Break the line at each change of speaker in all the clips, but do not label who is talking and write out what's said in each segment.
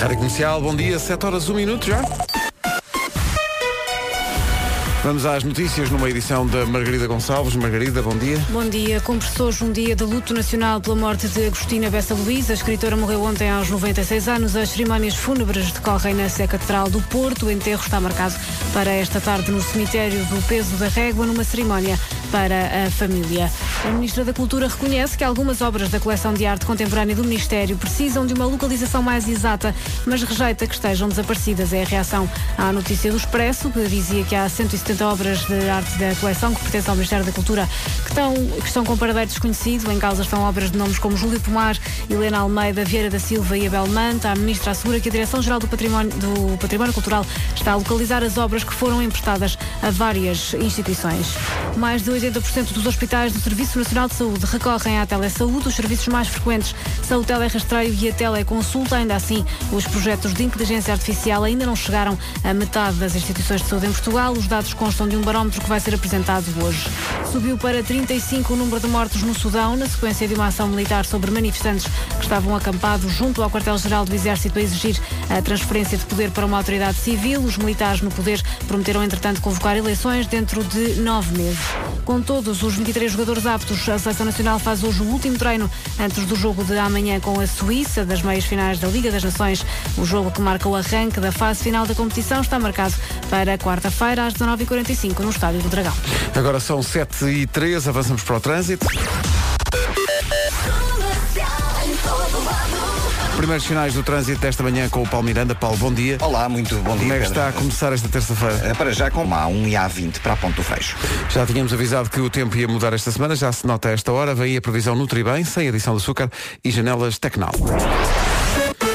Rádio Comercial, bom dia, 7 horas, 1 minuto já. Vamos às notícias numa edição da Margarida Gonçalves. Margarida, bom dia.
Bom dia. Cumpre-se hoje um dia de luto nacional pela morte de Agostina Bessa Luís. A escritora morreu ontem aos 96 anos. As cerimónias fúnebres decorrem na Sé Catedral do Porto. O enterro está marcado para esta tarde no cemitério do Peso da Régua, numa cerimónia para a família. A Ministra da Cultura reconhece que algumas obras da coleção de arte contemporânea do Ministério precisam de uma localização mais exata, mas rejeita que estejam desaparecidas. É a reação à notícia do Expresso, que dizia que há 170 70 obras de arte da coleção que pertencem ao Ministério da Cultura que estão, que estão com paradeiro desconhecido. Em causa estão obras de nomes como Júlio Pomar, Helena Almeida, Vieira da Silva e Abel Manta. A ministra assegura que a Direção-Geral do Património, do Património Cultural está a localizar as obras que foram emprestadas a várias instituições. Mais de 80% dos hospitais do Serviço Nacional de Saúde recorrem à telesaúde. Os serviços mais frequentes são o telerastreio e a teleconsulta. Ainda assim, os projetos de inteligência artificial ainda não chegaram a metade das instituições de saúde em Portugal. Os dados constam de um barómetro que vai ser apresentado hoje. Subiu para 35 o número de mortos no Sudão, na sequência de uma ação militar sobre manifestantes que estavam acampados junto ao quartel-geral do Exército a exigir a transferência de poder para uma autoridade civil. Os militares no poder prometeram, entretanto, convocar eleições dentro de nove meses. Com todos os 23 jogadores aptos, a Seleção Nacional faz hoje o último treino antes do jogo de amanhã com a Suíça, das meias finais da Liga das Nações. O jogo que marca o arranque da fase final da competição está marcado para quarta-feira às 19 45 no Estádio do Dragão.
Agora são 7 e 3 avançamos para o trânsito. Primeiros sinais do trânsito desta manhã com o Paulo Miranda. Paulo, bom dia.
Olá, muito bom dia.
Como é que
Pedro.
está a começar esta terça-feira?
Eh, Para já com a A1 e a A20 para a Ponto Freixo.
Já tínhamos avisado que o tempo ia mudar esta semana, já se nota a esta hora. Vem aí a previsão Nutribem, sem adição de açúcar e janelas Tecnal.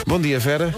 Bom dia, Vera.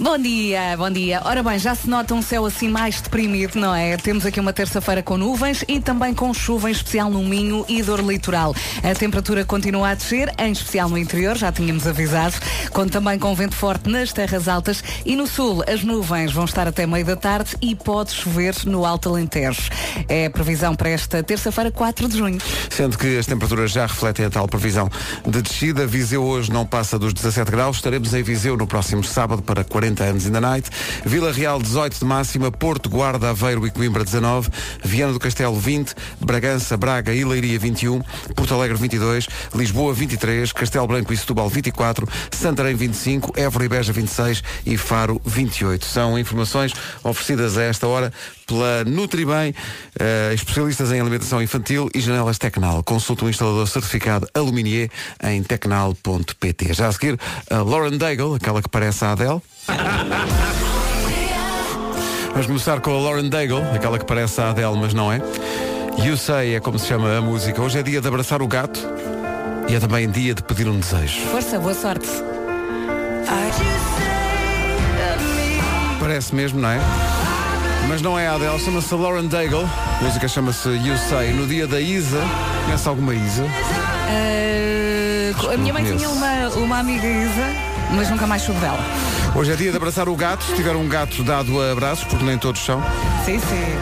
Bom dia, bom dia. Ora bem, já se nota um céu assim mais deprimido, não é? Temos aqui uma terça-feira com nuvens e também com chuva, em especial no Minho e dor litoral. A temperatura continua a descer, em especial no interior, já tínhamos avisado, conto também com vento forte nas terras altas e no sul as nuvens vão estar até meio da tarde e pode chover no Alto Alentejo. É a previsão para esta terça-feira, 4 de junho.
Sendo que as temperaturas já refletem a tal previsão de descida, Viseu hoje não passa dos 17 graus. Estaremos em Viseu no próximo sábado para 40 anos in the night. Vila Real 18 de máxima, Porto, Guarda, Aveiro e Coimbra 19, Viana do Castelo 20, Bragança, Braga e Leiria 21, Porto Alegre 22, Lisboa 23, Castelo Branco e Setúbal 24, Santarém 25, Évora e Beja 26 e Faro 28. São informações oferecidas a esta hora pela Nutribem, eh, especialistas em alimentação infantil e janelas Tecnal. Consulta um instalador certificado Aluminier em tecnal.pt. Já a seguir, a Lauren Daigle, aquela que parece a Adele. Vamos começar com a Lauren Daigle, aquela que parece a Adele, mas não é. You Say é como se chama a música. Hoje é dia de abraçar o gato e é também dia de pedir um desejo.
Força, boa sorte.
Parece mesmo, não é? Mas não é a Adele, chama-se Lauren Daigle. A música chama-se You Say. No dia da Isa, conhece alguma Isa?
Ah, a minha mãe tinha uma, uma amiga Isa, mas nunca mais soube dela.
Hoje é dia de abraçar o gato. Se tiver um gato dado a abraços, porque nem todos são,
Sim, sim.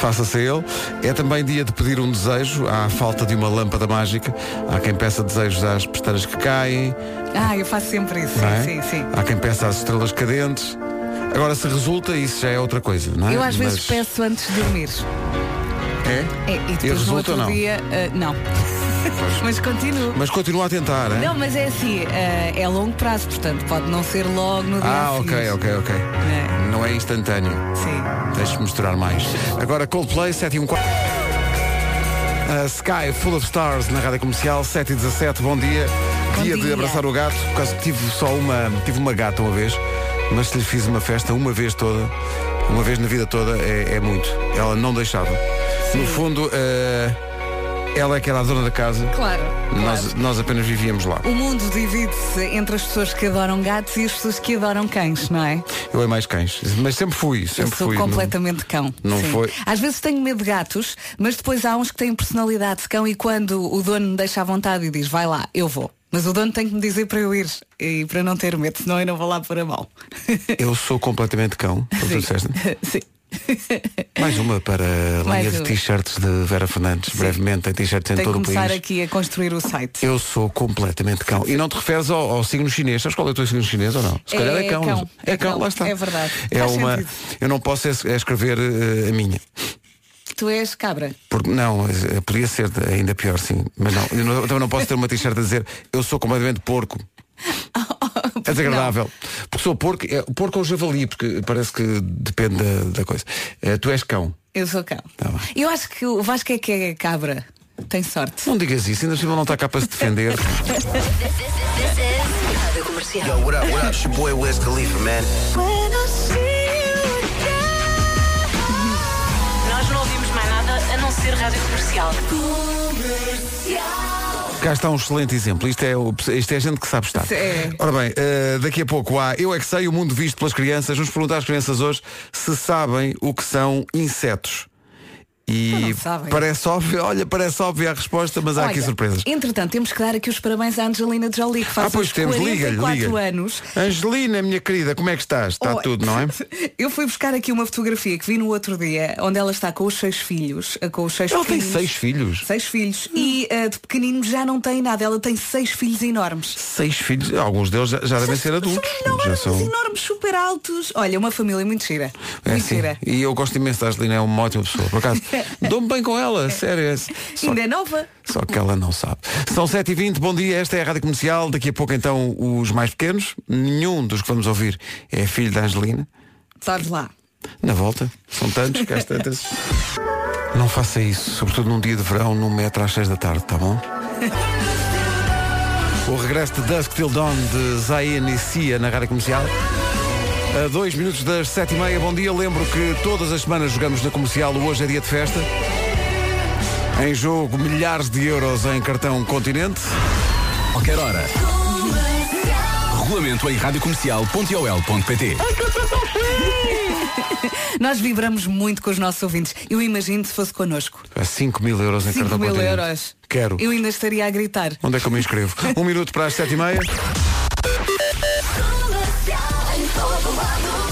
faça-se a ele. É também dia de pedir um desejo. Há a falta de uma lâmpada mágica. Há quem peça desejos às pestanas que caem.
Ah, eu faço sempre isso. Sim,
não é?
sim, sim.
Há quem peça às estrelas cadentes. Agora, se resulta, isso já é outra coisa, não é?
Eu às vezes
Mas-
peço antes de dormir.
É?
É, e
E
depois no
resulta
outro
ou não?
dia. ah, não. mas continuo.
Mas continua a tentar, é?
Não, mas é assim, ah, é a longo prazo, portanto, pode não ser logo no dia
Ah,
a seguir.
ok, ok, ok.
É.
Não é instantâneo.
Sim.
Deixe-me misturar mais. Agora Coldplay 7 e 1 quarto. A Sky Full of Stars na rádio comercial 7 e 17. Bom dia.
Bom
dia, de
dia.
abraçar o gato. Por causa que tive só uma, tive uma gata uma vez, mas se lhe fiz uma festa uma vez toda, uma vez na vida toda, é, é muito. Ela não deixava. No fundo, eh, ela é que era a dona da casa.
Claro. claro.
Nós, nós apenas vivíamos lá.
O mundo divide-se entre as pessoas que adoram gatos e as pessoas que adoram cães, não é?
Eu é mais cães. Mas sempre fui, sempre
eu sou
fui.
completamente cão.
não
Sim.
foi-
Às vezes tenho medo de gatos, mas depois há uns que têm personalidade de cão e quando o dono me deixa à vontade e diz vai lá, eu vou. Mas o dono tem que me dizer para eu ir e para não ter medo, senão eu não vou lá pôr a mão.
Eu sou completamente cão, como tu
Sim.
disseste.
Sim.
Mais uma para a
Mais
linha de
uma.
t-shirts de Vera Fernandes. Brevemente tem t-shirts em
Tem que
todo o
começar
país.
aqui a construir o site.
Eu sou completamente cão. E não te referes ao, ao signo chinês. Sabes qual é o teu signo chinês ou não? Se
É
calhar é, cão.
cão.
É cão, lá está.
É verdade.
É
Faz
uma...
sentido.
Eu não posso es- é escrever eh, a minha.
Tu és cabra.
Porque, não, eh, podia ser ainda pior, sim. Mas não, eu, não- eu também não posso ter uma t-shirt a dizer eu sou completamente porco. É desagradável. Porque sou porco, é, porco ou javali, porque parece que depende da, da coisa. Eh, tu és cão.
Eu sou cão.
Tá bem.
Eu acho que o Vasco é que é cabra. Tem sorte.
Não digas isso, ainda por cima não está cá para se defender.
Yo, what up? What up? It's your boy Wiz Khalifa, man.
Nós não ouvimos mais nada a não ser rádio comercial.
Cá está um excelente exemplo. Isto é, o- isto é a gente que sabe estar.
É.
Ora bem, eh, daqui a pouco há Eu é que sei, o mundo visto pelas crianças. Vamos perguntar às crianças hoje se sabem o que são insetos.
Então
E
não sabem.
parece óbvio, olha, parece óbvia a resposta, mas há aqui
Olha,
surpresas.
Entretanto, temos que dar aqui os parabéns à Angelina Jolie, que faz
Ah, pois
uns
temos, liga-lhe,
44
liga
anos.
Angelina, minha querida, como é que estás? Está
Oh,
tudo, não é?
Eu fui buscar aqui uma fotografia que vi no outro dia, onde ela está com os seis filhos, eh, com os seis
Ela tem
pequeninos.
seis filhos.
Seis filhos. E eh, de pequenino já não tem nada. Ela tem seis filhos enormes.
Seis filhos, alguns deles já, já devem ser adultos.
São enormes,
já são.
enormes, super altos. Olha, uma família muito gira.
É
muito
assim.
gira.
E eu gosto imenso da Angelina, é uma ótima pessoa. Por acaso, dou-me bem com ela, sério. assim. Só
Ainda é nova.
Só que ela não sabe. São 7h20, bom dia, esta é a Rádio Comercial. Daqui a pouco então os mais pequenos. Nenhum dos que vamos ouvir é filho da Angelina.
Sabes lá.
Na volta, são tantos, cá as tantas. Não faça isso, sobretudo num dia de verão, num metro às 6 da tarde, tá bom? O regresso de Dusk Till Dawn de Zayn e Cia na Rádio Comercial. A dois minutos das sete e meia, bom dia. Lembro que todas as semanas jogamos na comercial, o hoje é dia de festa. Em jogo, milhares de euros em cartão Continente.
Qualquer hora. Regulamento em radiocomercial.ol.pt
Nós vibramos muito com os nossos ouvintes. Eu imagino se fosse connosco.
Há 5 mil euros em
5
cartão
mil
Continente.
euros.
Quero.
Eu ainda estaria a gritar.
Onde é que eu me inscrevo? um minuto para as sete e meia.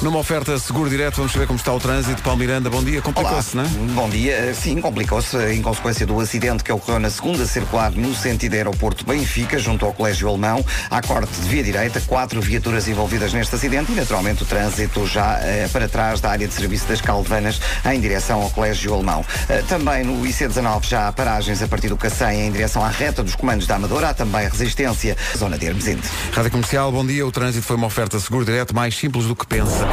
Numa oferta seguro direto, vamos saber como está o trânsito. Paulo Miranda, bom dia. Complicou-se, não é?
Bom dia. Sim, complicou-se em consequência do acidente que ocorreu na segunda circular no sentido aeroporto Benfica, junto ao Colégio Alemão. Há corte de via direita, quatro viaturas envolvidas neste acidente e, naturalmente, o trânsito já eh, para trás da área de serviço das Calvanas em direção ao Colégio Alemão. Eh, também no IC19 já há paragens a partir do Cacém em direção à reta dos comandos da Amadora. Há também resistência, zona de Hermesinde.
Rádio Comercial, bom dia. O trânsito foi uma oferta seguro direto mais simples do que pensa.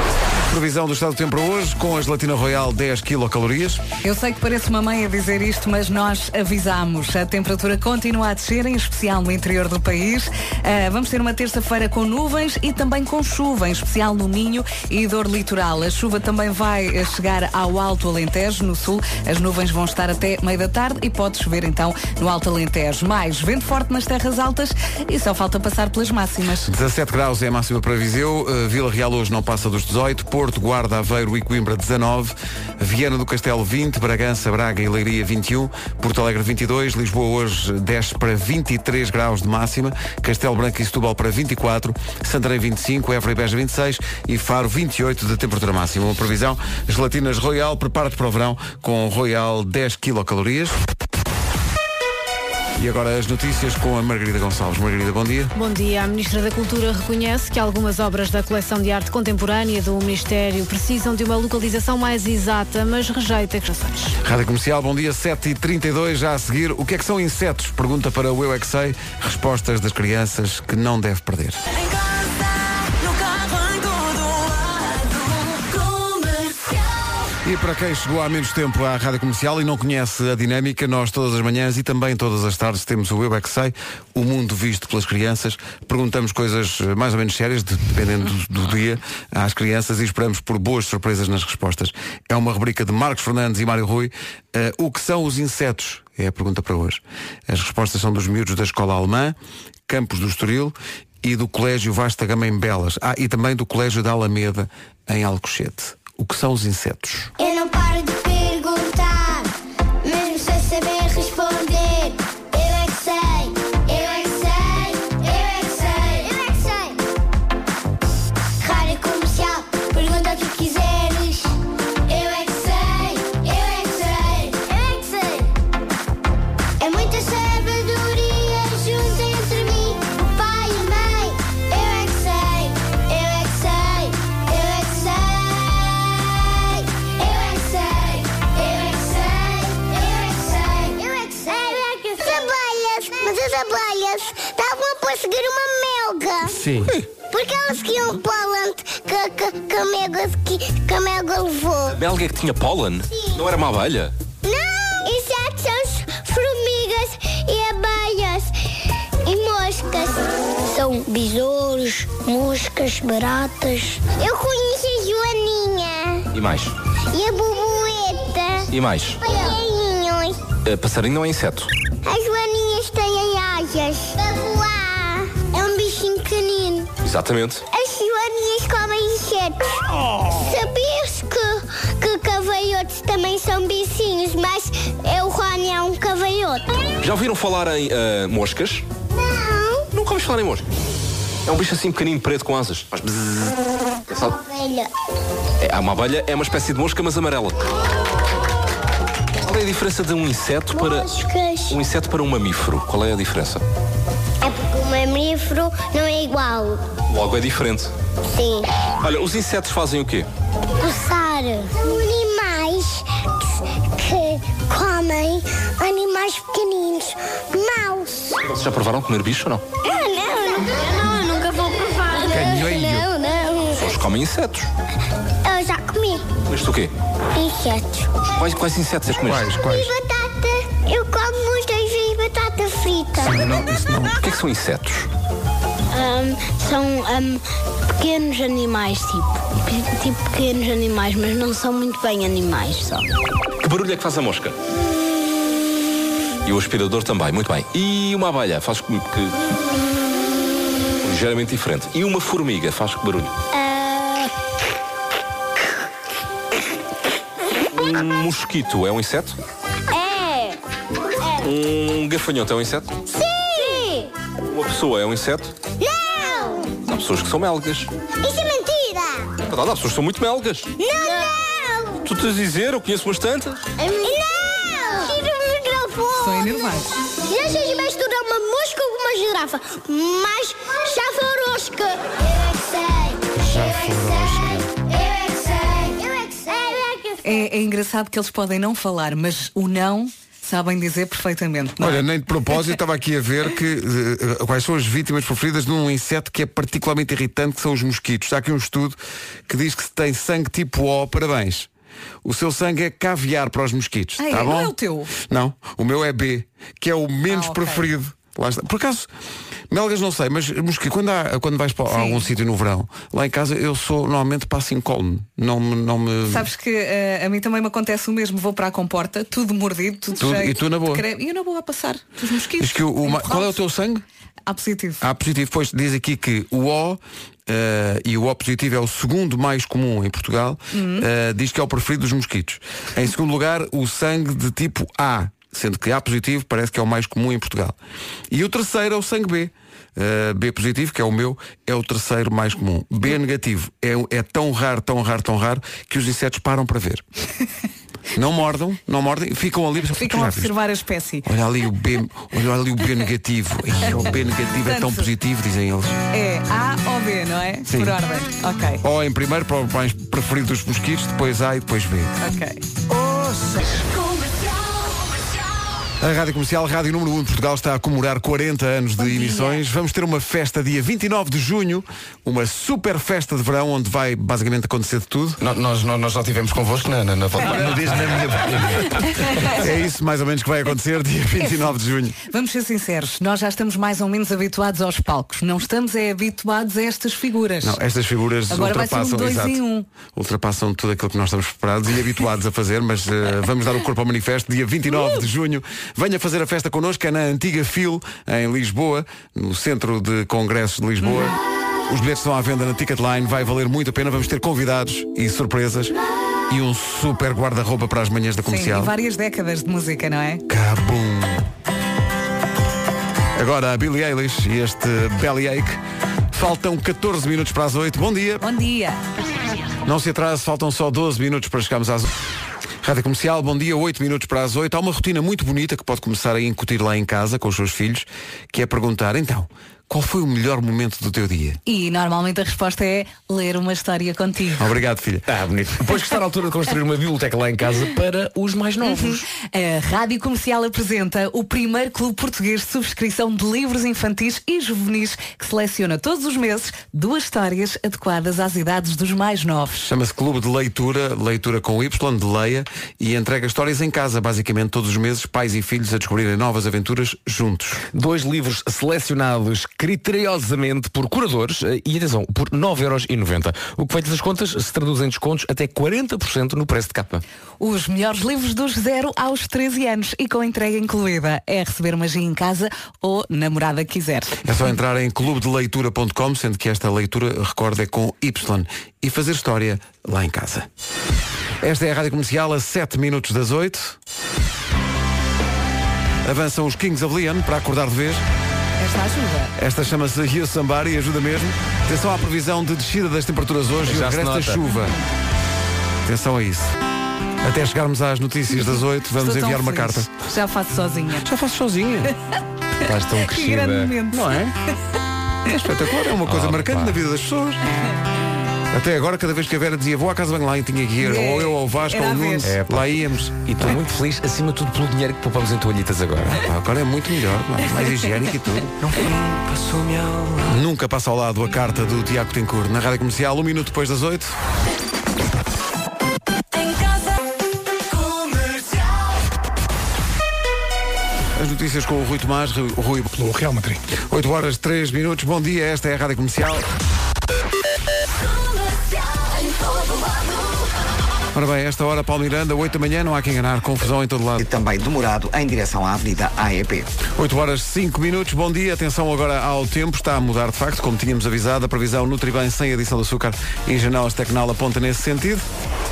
Previsão do estado do tempo para hoje, com a gelatina royal 10 quilocalorias.
Eu sei que parece uma mãe a dizer isto, mas nós avisámos. A temperatura continua a descer, em especial no interior do país. Ah, vamos ter uma terça-feira com nuvens e também com chuva, em especial no Minho e dor litoral. A chuva também vai eh, chegar ao Alto Alentejo, no sul. As nuvens vão estar até meio da tarde e pode chover então no Alto Alentejo. Mais vento forte nas terras altas e só falta passar pelas máximas.
17 graus é a máxima para Viseu, eh, Vila Real hoje não passa dos 18, Porto, Guarda, Aveiro e Coimbra 19, Viana do Castelo 20, Bragança, Braga e Leiria 21, Porto Alegre 22, Lisboa hoje desce para 23 graus de máxima, Castelo Branco e Setúbal para 24, Santarém 25, Évora e Beja 26 e Faro 28 de temperatura máxima. Uma previsão, gelatinas Royal, prepara-te para o verão com Royal 10 quilocalorias. E agora as notícias com a Margarida Gonçalves. Margarida, bom dia.
Bom dia. A Ministra da Cultura reconhece que algumas obras da coleção de arte contemporânea do Ministério precisam de uma localização mais exata, mas rejeita acusações.
Rádio Comercial, bom dia, 7h32, já a seguir. O que é que são insetos? Pergunta para o Eu É Que Sei. Respostas das crianças que não deve perder. E para quem chegou há menos tempo à Rádio Comercial e não conhece a dinâmica, nós todas as manhãs e também todas as tardes temos o Eu É Que Sei, o mundo visto pelas crianças. Perguntamos coisas eh, mais ou menos sérias, de- dependendo do, do dia, às crianças e esperamos por boas surpresas nas respostas. É uma rubrica de Marcos Fernandes e Mário Rui. Eh, o que são os insetos? É a pergunta para hoje. As respostas são dos miúdos da Escola Alemã, Campos do Estoril e do Colégio Vasta Gama em Belas. Ah, e também do Colégio da Alameda em Alcochete. O que são os insetos?
Eu não paro de perguntar, mesmo sem saber responder. Eu é que sei, eu é que sei, eu é que sei, eu é que sei. Rádio comercial, pergunta o que é quiseres. Eu é É é
Sim.
Porque elas queriam um polante que, que, que, a mega, que, que a mega levou.
Belga que tinha pólen?
Sim.
Não era uma abelha?
Não! Insetos são as formigas e abelhas e moscas. São besouros, moscas, baratas. Eu conheço a Joaninha
E mais?
e a borboleta.
E mais?
Passarinhos.
Eh, passarinho não é inseto.
As joaninhas têm asas. Para voar. É um bichinho pequenino.
Exatamente.
As joaninhas comem insetos. Sabias que, que cavalhotes também são bichinhos, mas eu, Rony, é um cavalhote.
Já ouviram falar em eh, moscas?
Não.
Nunca ouvi falar em moscas. É um bicho assim pequenino, preto, com asas. Faz bzzz. É só-
Ovelha.
É, há uma abelha, é uma espécie de mosca, mas amarela. Qual é a diferença de um inseto para...
Moscas.
Um inseto para um mamífero, qual é a diferença?
É porque o mamífero não é igual.
Logo é diferente.
Sim.
Olha, os insetos fazem o quê?
Coçar. São animais que, que comem animais pequeninos. Maus.
Vocês já provaram comer bicho ou não?
Não, não, não, eu nunca vou provar.
Canhoeiro.
Não, não.
Eles comem insetos.
Eu já comi
Comeste o quê?
insetos.
Quais, quais insetos é que comeste?
E
Quais, quais?
batata. Eu como os dois e batata frita.
Não, isso não.
O que é que são insetos?
São hum, pequenos animais, tipo. Pe- Tipo pequenos animais, mas não são muito bem animais só.
Que barulho é que faz a mosca? E o aspirador também, muito bem. E uma abelha, faz que... que- Ligeiramente diferente. E uma formiga, faz que barulho?
Ah.
Um mosquito é um inseto?
É.
Um gafanhoto é um inseto?
Sim.
Uma pessoa é um inseto?
Não.
Há pessoas que são melgas.
Isso é mentira.
Há pessoas que são muito melgas.
Não, não.
Tu estás a dizer, eu conheço bastante.
Não. Tira É o microfone.
São enervados.
Já sei misturar é uma mosca com uma girafa, mas já foi rosca. é
Já foi
Eu é que sei. Eu é que sei. Eu é que sei.
É, é engraçado que eles podem não falar, mas o não sabem dizer perfeitamente. não é?
Olha, nem de propósito, eu estava aqui a ver que eh, quais são as vítimas preferidas de um inseto que é particularmente irritante, que são os mosquitos. Há aqui um estudo que diz que se tem sangue tipo O, parabéns. O seu sangue é caviar para os mosquitos.
Ah, é?
tá bom?
Não é o teu?
Não, o meu é B, que é o menos
Ah, ok.
preferido. Lá está. Por acaso, melgas não sei, mas mosquito, quando, há- quando vais para algum sítio no verão, lá em casa eu sou normalmente passo incólume. Não me. Não me...
Sabes que eh, a mim também me acontece o mesmo, vou para a comporta, tudo mordido, tudo,
Tudo-
cheio.
e tu na
de
boa?
creme. E eu na boa a passar, dos mosquitos.
Diz que o- o ma- Qual é o teu sangue?
Ah, positivo.
Há positivo, pois diz aqui que o O eh, e o O positivo é o segundo mais comum em Portugal,
Uhum.
eh, diz que é o preferido dos mosquitos. Em segundo lugar, o sangue de tipo A, sendo que A positivo parece que é o mais comum em Portugal. E o terceiro é o sangue B. Eh, B positivo, que é o meu, é o terceiro mais comum. B negativo é, é tão raro, tão raro, tão raro que os insetos param para ver. Não mordam, não mordem, ficam ali.
Ficam a
Tu já viste?
observar a espécie.
Olha ali o B, olha ali o B negativo. Ih, o B negativo é tão
Portanto,
positivo, dizem eles.
É A ou B, não é?
Sim.
Por ordem. Ok,
Ou em primeiro para o mais preferido dos mosquitos, depois A e depois B.
ok.
A Rádio Comercial, Rádio Número 1 de Portugal, está a comemorar 40 anos de emissões. Vamos ter uma festa dia 29 de junho, uma super festa de verão, onde vai basicamente acontecer de tudo.
Nós, nós, nós já tivemos convosco na, na, na
É isso mais ou menos que vai acontecer dia 29 de junho.
Vamos ser sinceros, nós já estamos mais ou menos habituados aos palcos. Não estamos é habituados a estas figuras.
Não, estas figuras
Agora vai ser um
ultrapassam,
dois
exato,
em um.
ultrapassam tudo aquilo que nós estamos preparados e habituados a fazer, mas eh, vamos dar o corpo ao manifesto dia 29 de junho. Venha fazer a festa connosco, é na antiga FIL, em Lisboa, no Centro de Congressos de Lisboa. Os bilhetes estão à venda na Ticketline, vai valer muito a pena, vamos ter convidados e surpresas e um super guarda-roupa para as manhãs da
Sim,
comercial.
e várias décadas de música, não é?
Cabum. Agora a Billie Eilish e este Bellyache. Faltam 14 minutos para as 8. Bom dia.
Bom dia.
Não se atrase, faltam só 12 minutos para chegarmos às. Rádio Comercial, bom dia, 8 minutos para as 8. Há uma rotina muito bonita que pode começar a incutir lá em casa com os seus filhos, que é perguntar, então, Qual foi o melhor momento do teu dia?
E normalmente a resposta é ler uma história contigo.
Obrigado, filha.
Ah, bonito. Depois que está na altura de construir uma biblioteca lá em casa para os mais novos.
Uhum. A Rádio Comercial apresenta o primeiro clube português de subscrição de livros infantis e juvenis que seleciona todos os meses duas histórias adequadas às idades dos mais novos.
Chama-se Clube de Leitura, leitura com Y, de Leia, e entrega histórias em casa, basicamente todos os meses, pais e filhos a descobrirem novas aventuras juntos.
Dois livros selecionados criteriosamente por curadores eh, e, atenção, por 9,90€. O que feito das contas se traduz em descontos até 40% no preço de capa.
Os melhores livros dos 0 aos 13 anos e com entrega incluída. É receber magia em casa ou namorada que quiser.
É só entrar em clubedeleitura.com, sendo que esta leitura, recorda, é com Y, e fazer história lá em casa. Esta é a Rádio Comercial a 7 minutos das 8. Avançam os Kings of Leon para acordar de vez.
Esta ajuda.
Esta chama-se Rio Sambari, ajuda mesmo. Atenção à previsão de descida das temperaturas hoje e o
Já se
regresso da
nota.
chuva. Atenção a isso. Até chegarmos às notícias das 8, vamos
Estou tão
enviar uma
feliz.
carta.
Já faço sozinha.
Já faço sozinha. Estás tão
Que grande momento.
Não é? É espetacular, é uma coisa
Oh,
marcante
pá.
na vida das pessoas. Até agora, cada vez que a Vera dizia vou à casa bem lá e tinha que ir,
É,
ou eu, ou o Vasco,
era
ou
a
o Nunes,
vez. É, pá.
lá íamos.
E estou muito feliz, acima de tudo, pelo dinheiro que poupamos em toalhitas agora.
Pá, Agora é muito melhor, pá, mais higiênico e tudo. Nunca passa ao lado a carta do Tiago Tencourt na Rádio Comercial, um minuto depois das 8. As notícias com o Rui Tomás, Rui, Rui
Pelo Real Madrid.
8 horas 3 minutos. Bom dia, esta é a Rádio Comercial. Ora bem, esta hora, Paulo Miranda, 8 da manhã, não há quem enganar, confusão em todo lado.
E também demorado em direção à Avenida AEP.
8 horas 5 minutos, bom dia, atenção agora ao tempo, está a mudar de facto, como tínhamos avisado, a previsão Nutribem sem adição de açúcar e janelas Tecnal aponta nesse sentido.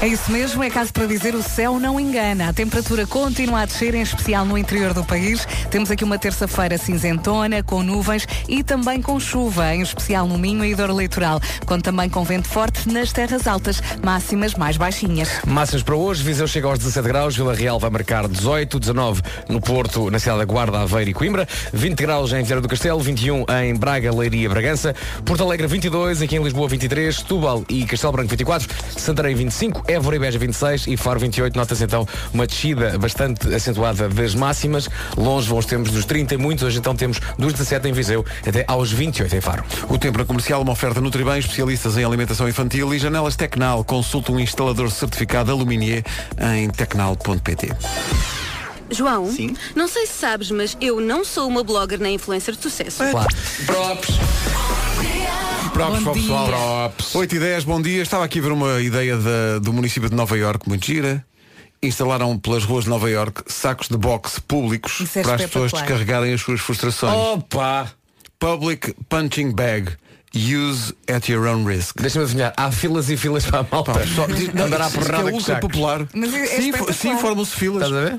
É isso mesmo, é caso para dizer o céu não engana. A temperatura continua a descer, em especial no interior do país. Temos aqui uma terça-feira cinzentona, com nuvens e também com chuva, em especial no Minho e Dor Litoral. Conto também com vento forte nas terras altas, máximas mais baixinhas.
Máximas para hoje, Viseu chega aos 17 graus, Vila Real vai marcar 18, 19 no Porto, na cidade da Guarda, Aveiro e Coimbra, 20 graus em Vieira do Castelo, 21 em Braga, Leiria e Bragança, Porto Alegre 22, aqui em Lisboa 23, Setúbal e Castelo Branco 24, Santarém 25, Évora e Beja 26 e Faro 28. Nota-se então uma descida bastante acentuada das máximas, longe vão os tempos dos 30 e muitos, hoje então temos dos 17 em Viseu até aos 28 em Faro.
O tempo na comercial, uma oferta Nutribem, especialistas em alimentação infantil e janelas Tecnal. Consulta um instalador certificado aluminier em tecnal.pt.
João, não sei se sabes, mas eu não sou uma blogger nem influencer de sucesso.
Props.
Props
Bom
para
dia.
o pessoal. Props. 8 e 10, bom dia. Estava aqui a ver uma ideia da- do município de Nova Iorque, muito gira. Instalaram pelas ruas de Nova Iorque sacos de boxe públicos
Isso é
para as pessoas
espetacular.
descarregarem as suas frustrações.
Opa!
Public punching bag. Use at your own risk.
Deixa-me adivinhar, há filas e filas para a malta. Andar à porrada
é
com
ultra
sacos.
popular.
Mas é- é
sim,
espetacular.
sim, formam-se filas. Estás
a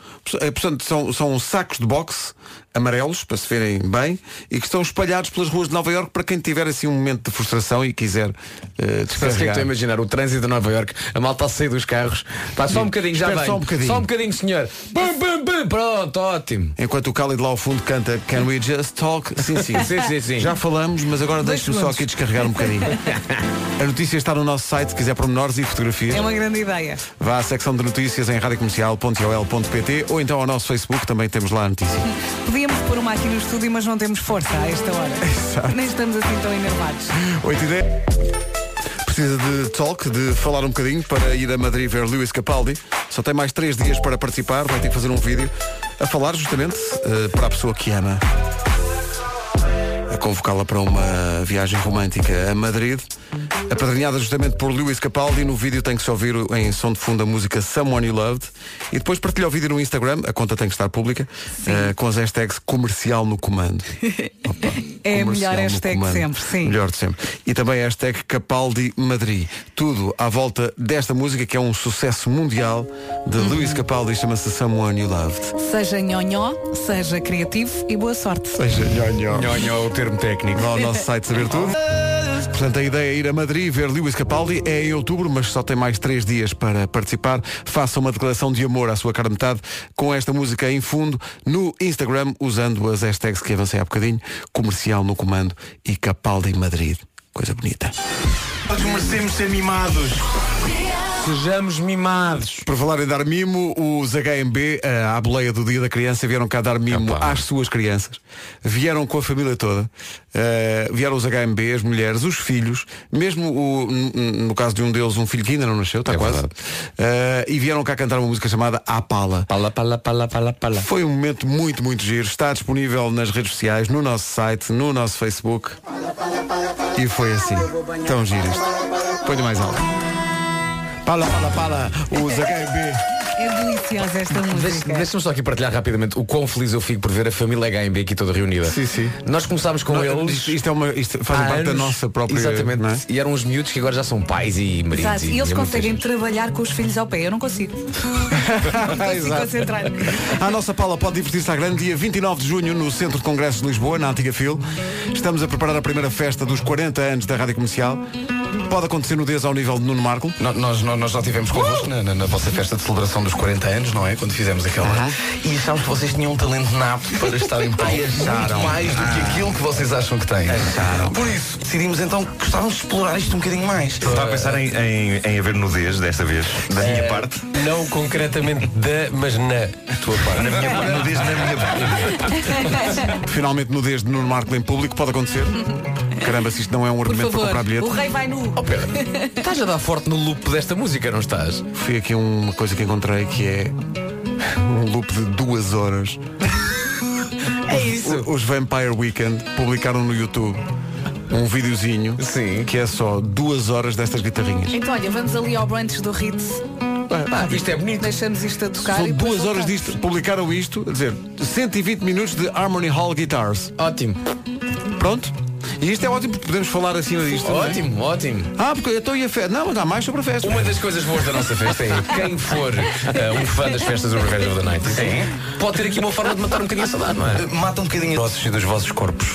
ver?
Portanto, são, são sacos de boxe amarelos, para se verem bem, e que estão espalhados pelas ruas de Nova Iorque para quem tiver assim um momento de frustração e quiser eh,
Sabes o que é que estou a
descarregar.
imaginar? O trânsito de Nova Iorque, a malta a sair dos carros. Pá, só um bocadinho, já
Espera
vem.
só um bocadinho.
Só um bocadinho, senhor. Bum, bum, bum. Pronto, ótimo.
Enquanto o Khalid lá ao fundo canta Can we just talk? Sim, sim.
Sim, sim, sim.
Já falamos, mas agora
Dois
deixe-me só
segundos.
aqui descarregar um bocadinho. A notícia está no nosso site, se quiser pormenores e fotografias.
É uma grande ideia.
Vá à secção de notícias em radiocomercial.ol.pt ou então ao nosso Facebook, também temos lá a notícia.
Podíamos pôr uma aqui no estúdio, mas não temos força a esta hora. Nem estamos assim tão enervados.
8 e 10. Precisa de talk, de falar um bocadinho para ir a Madrid ver Lewis Capaldi. Só tem mais 3 dias para participar, vai ter que fazer um vídeo a falar justamente eh, para a pessoa que ama. A convocá-la para uma viagem romântica a Madrid. Apadrinhada justamente por Lewis Capaldi, no vídeo tem que se ouvir em som de fundo a música Someone You Loved. E depois partilha o vídeo no Instagram, a conta tem que estar pública, eh, com as hashtags comercial no comando.
É a
Comercial
melhor
no
hashtag
comando.
sempre, sim.
Melhor de sempre. E também a hashtag Capaldi Madrid. Tudo à volta desta música que é um sucesso mundial de Luís Capaldi, chama-se Someone You Loved.
Seja nhonhó, seja criativo e boa sorte.
Seja nhonhó.
o termo técnico.
Vá ao nosso site saber tudo. Portanto, a ideia é ir a Madrid ver Lewis Capaldi. É em outubro, mas só tem mais três dias para participar. Faça uma declaração de amor à sua cara metade com esta música em fundo no Instagram, usando as hashtags que avancei há bocadinho. Comercial no comando e Capaldi Madrid. Coisa bonita.
Nós merecemos ser mimados.
Sejamos mimados. Por falar em dar mimo, os HMB, eh, à boleia do Dia da Criança, vieram cá dar mimo às suas crianças. Vieram com a família toda. Eh, vieram os HMB, as mulheres, os filhos, mesmo o- n- n- no caso de um deles, um filho que ainda não nasceu, está quase. Eh, e vieram cá cantar uma música chamada A Pala.
Pala, pala, pala, pala, pala.
Foi um momento muito, muito giro. Está disponível nas redes sociais, no nosso site, no nosso Facebook. E foi assim. Tão giro isto. Põe mais alto. Pala, pala, pala. Os HMB.
É deliciosa esta
Deixa-
música.
Deixa-me só aqui partilhar rapidamente o quão feliz eu fico por ver a família HMB aqui toda reunida. Sim,
sim.
Nós começámos com
Não,
eles.
isto- isto é uma- isto faz
há
parte da
anos.
nossa própria,
Exatamente.
não é?
E eram os miúdos que agora já são pais e maridos.
Exato. E eles
é muito
conseguem trabalhar com os filhos ao pé. Eu não consigo. não consigo
Exato.
concentrar.
A nossa Paula pode divertir-se à grande dia 29 de junho no Centro de Congressos de Lisboa, na Antiga Fil. Estamos a preparar a primeira festa dos 40 anos da Rádio Comercial. Pode acontecer nudez ao nível de Nuno Marco.
Nós, nós, nós já tivemos convosco na, na- na vossa festa de celebração dos 40 anos, não é? Quando fizemos aquela. E achámos que vocês tinham um talento nato para estar em palco.
acharam.
é Muito mais do
Ah.
que aquilo que vocês acham que têm. Acharam. Por isso, decidimos então que gostávamos de explorar isto um bocadinho mais.
Está a pensar em, em, em haver nudez desta vez, da minha parte?
Não concretamente da, mas na tua parte.
Na minha parte, nudez na minha
Finalmente nudez de Nuno Marco em público. Pode acontecer. Caramba, se isto não é um
Por
argumento para
favor,
comprar bilhete.
o rei vai nu.
Estás a dar forte no loop desta música, não estás?
Foi aqui uma coisa que encontrei que é um loop de duas horas. É isso. Os, os Vampire Weekend publicaram no YouTube um videozinho que é só duas horas destas guitarrinhas.
Então, olha, vamos ali ao brunch do Ritz.
isto é bonito.
Deixamos isto a tocar. e
São
depois
duas horas
voltamos.
disto, publicaram isto, a dizer, 120 minutos de Harmony Hall Guitars.
Ótimo.
Pronto. E isto é ótimo porque podemos falar acima disto. é?
Ótimo, ótimo.
Ah, porque eu estou a festa. Não, mas há mais sobre a festa.
Uma das coisas boas da nossa festa é quem for eh, um fã das festas do Revenge of the Night pode ter aqui uma forma de matar um bocadinho a saudade, não é?
Mata um bocadinho dos vossos e dos vossos corpos.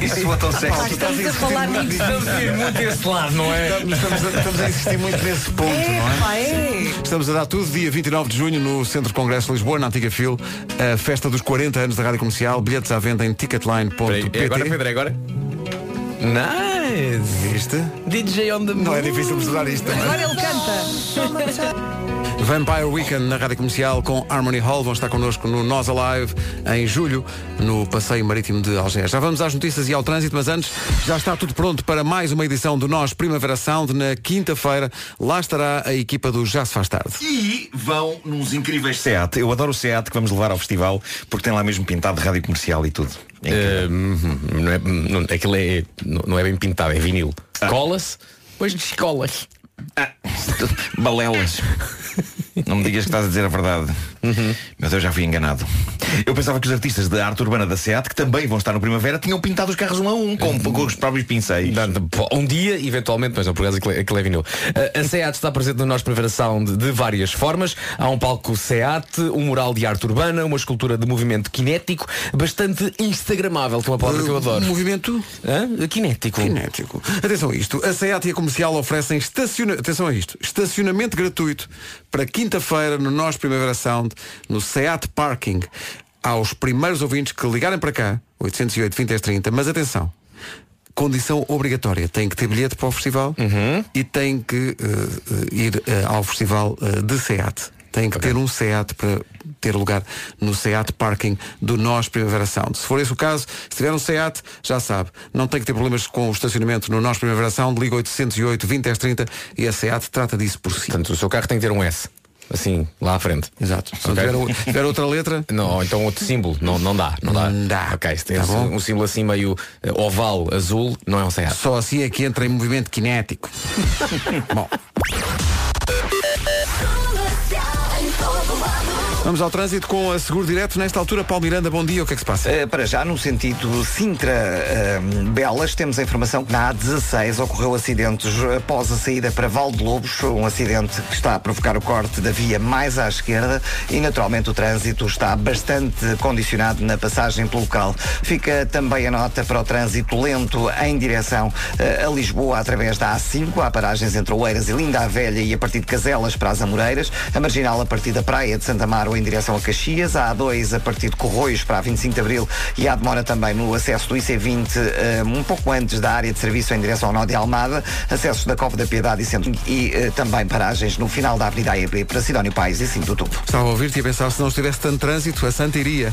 Isso soa tão sexy.
Nós estamos a falar muito-
Estamos a ir muito desse lado, não é?
Estamos, estamos a, estamos a insistir muito nesse ponto, não é? Estamos a dar tudo, dia 29 de junho, no Centro de Congresso de Lisboa, na Antiga Fil, a festa dos 40 anos da Rádio Comercial, bilhetes à venda em ticketline.pt.
É agora, Pedro, é agora? Nice!
Viste?
DJ on the
Não é difícil mostrar isto também.
Agora ele canta.
Vampire Weekend na Rádio Comercial com Harmony Hall vão estar connosco no Nós Alive em julho, no Passeio Marítimo de Algés. Já vamos às notícias e ao trânsito, mas antes já está tudo pronto para mais uma edição do Nós Primavera Sound na quinta-feira. Lá estará a equipa do Já se faz tarde.
E vão nos incríveis SEAT. Eu adoro o SEAT que vamos levar ao festival porque tem lá mesmo pintado de rádio comercial e tudo.
Eh, hum, hum, não é, não, aquilo é, não, não é bem pintado, é vinil.
Ah.
Cola-se, depois descolas.
Balelas. Não me digas que estás a dizer a verdade. Meu Deus, já fui enganado. Eu pensava que os artistas da arte urbana da SEAT, que também vão estar no Primavera, tinham pintado os carros um a um, com, com os próprios pincéis.
Um dia, eventualmente, mas não por acaso aquilo aquilo é vinil. Eh, a SEAT está presente no nosso Primavera Sound de várias formas. Há um palco SEAT, um mural de arte urbana, uma escultura de movimento kinético, bastante instagramável, que é uma palavra que eu adoro.
Uh, um Movimento?
Kinético.
Kinético. Atenção a isto. A SEAT e a Comercial oferecem estaciona... Atenção a isto. estacionamento gratuito para quinta-feira no Nós Primavera Sound, no SEAT Parking, aos primeiros ouvintes que ligarem para cá, 808 20 30, mas atenção. Condição obrigatória, tem que ter bilhete para o festival
Uhum.
e tem que eh, eh, ir eh, ao festival eh, de SEAT. Tem que ter um SEAT para ter lugar no SEAT Parking do Nós Primavera Sound. Se for esse o caso, se tiver um SEAT, já sabe, não tem que ter problemas com o estacionamento no Nós Primavera Sound, liga 808 20 30 e a SEAT trata disso por si.
Portanto, o seu carro tem que ter um S. Assim, lá à frente.
Exato. Se
Ok?
tiver um- o- se tiver outra letra.
Não, ou então outro símbolo. Não, não dá. Não dá. Ok, se tem
Tá
um-
bom.
um símbolo assim meio eh, oval, azul, não é um SEAT.
Só assim é que entra em movimento kinético. Bom. Vamos ao trânsito com a Seguro Direto. Nesta altura, Paulo Miranda, bom dia. O que é que se passa?
Eh, para já, no sentido Sintra-Belas, temos a informação que na A16 ocorreu acidentes após a saída para Val de Lobos, um acidente que está a provocar o corte da via mais à esquerda e, naturalmente, o trânsito está bastante condicionado na passagem pelo local. Fica também a nota para o trânsito lento em direção eh, a Lisboa através da A5. Há paragens entre Oeiras e Linda a Velha e a partir de Caselas para as Amoreiras. A marginal a partir da Praia de Santa Amaro em direção a Caxias. A A2 a partir de Corroios para a 25 de Abril e há demora também no acesso do IC20 eh, um pouco antes da área de serviço em direção ao Nó de Almada. Acessos da Cova da Piedade e Centro e eh, também paragens no final da Avenida AEB para Sidónio Pais e 5 do Tubo.
Estava a ouvir-te e a pensar se não estivesse tanto trânsito, a Santa iria.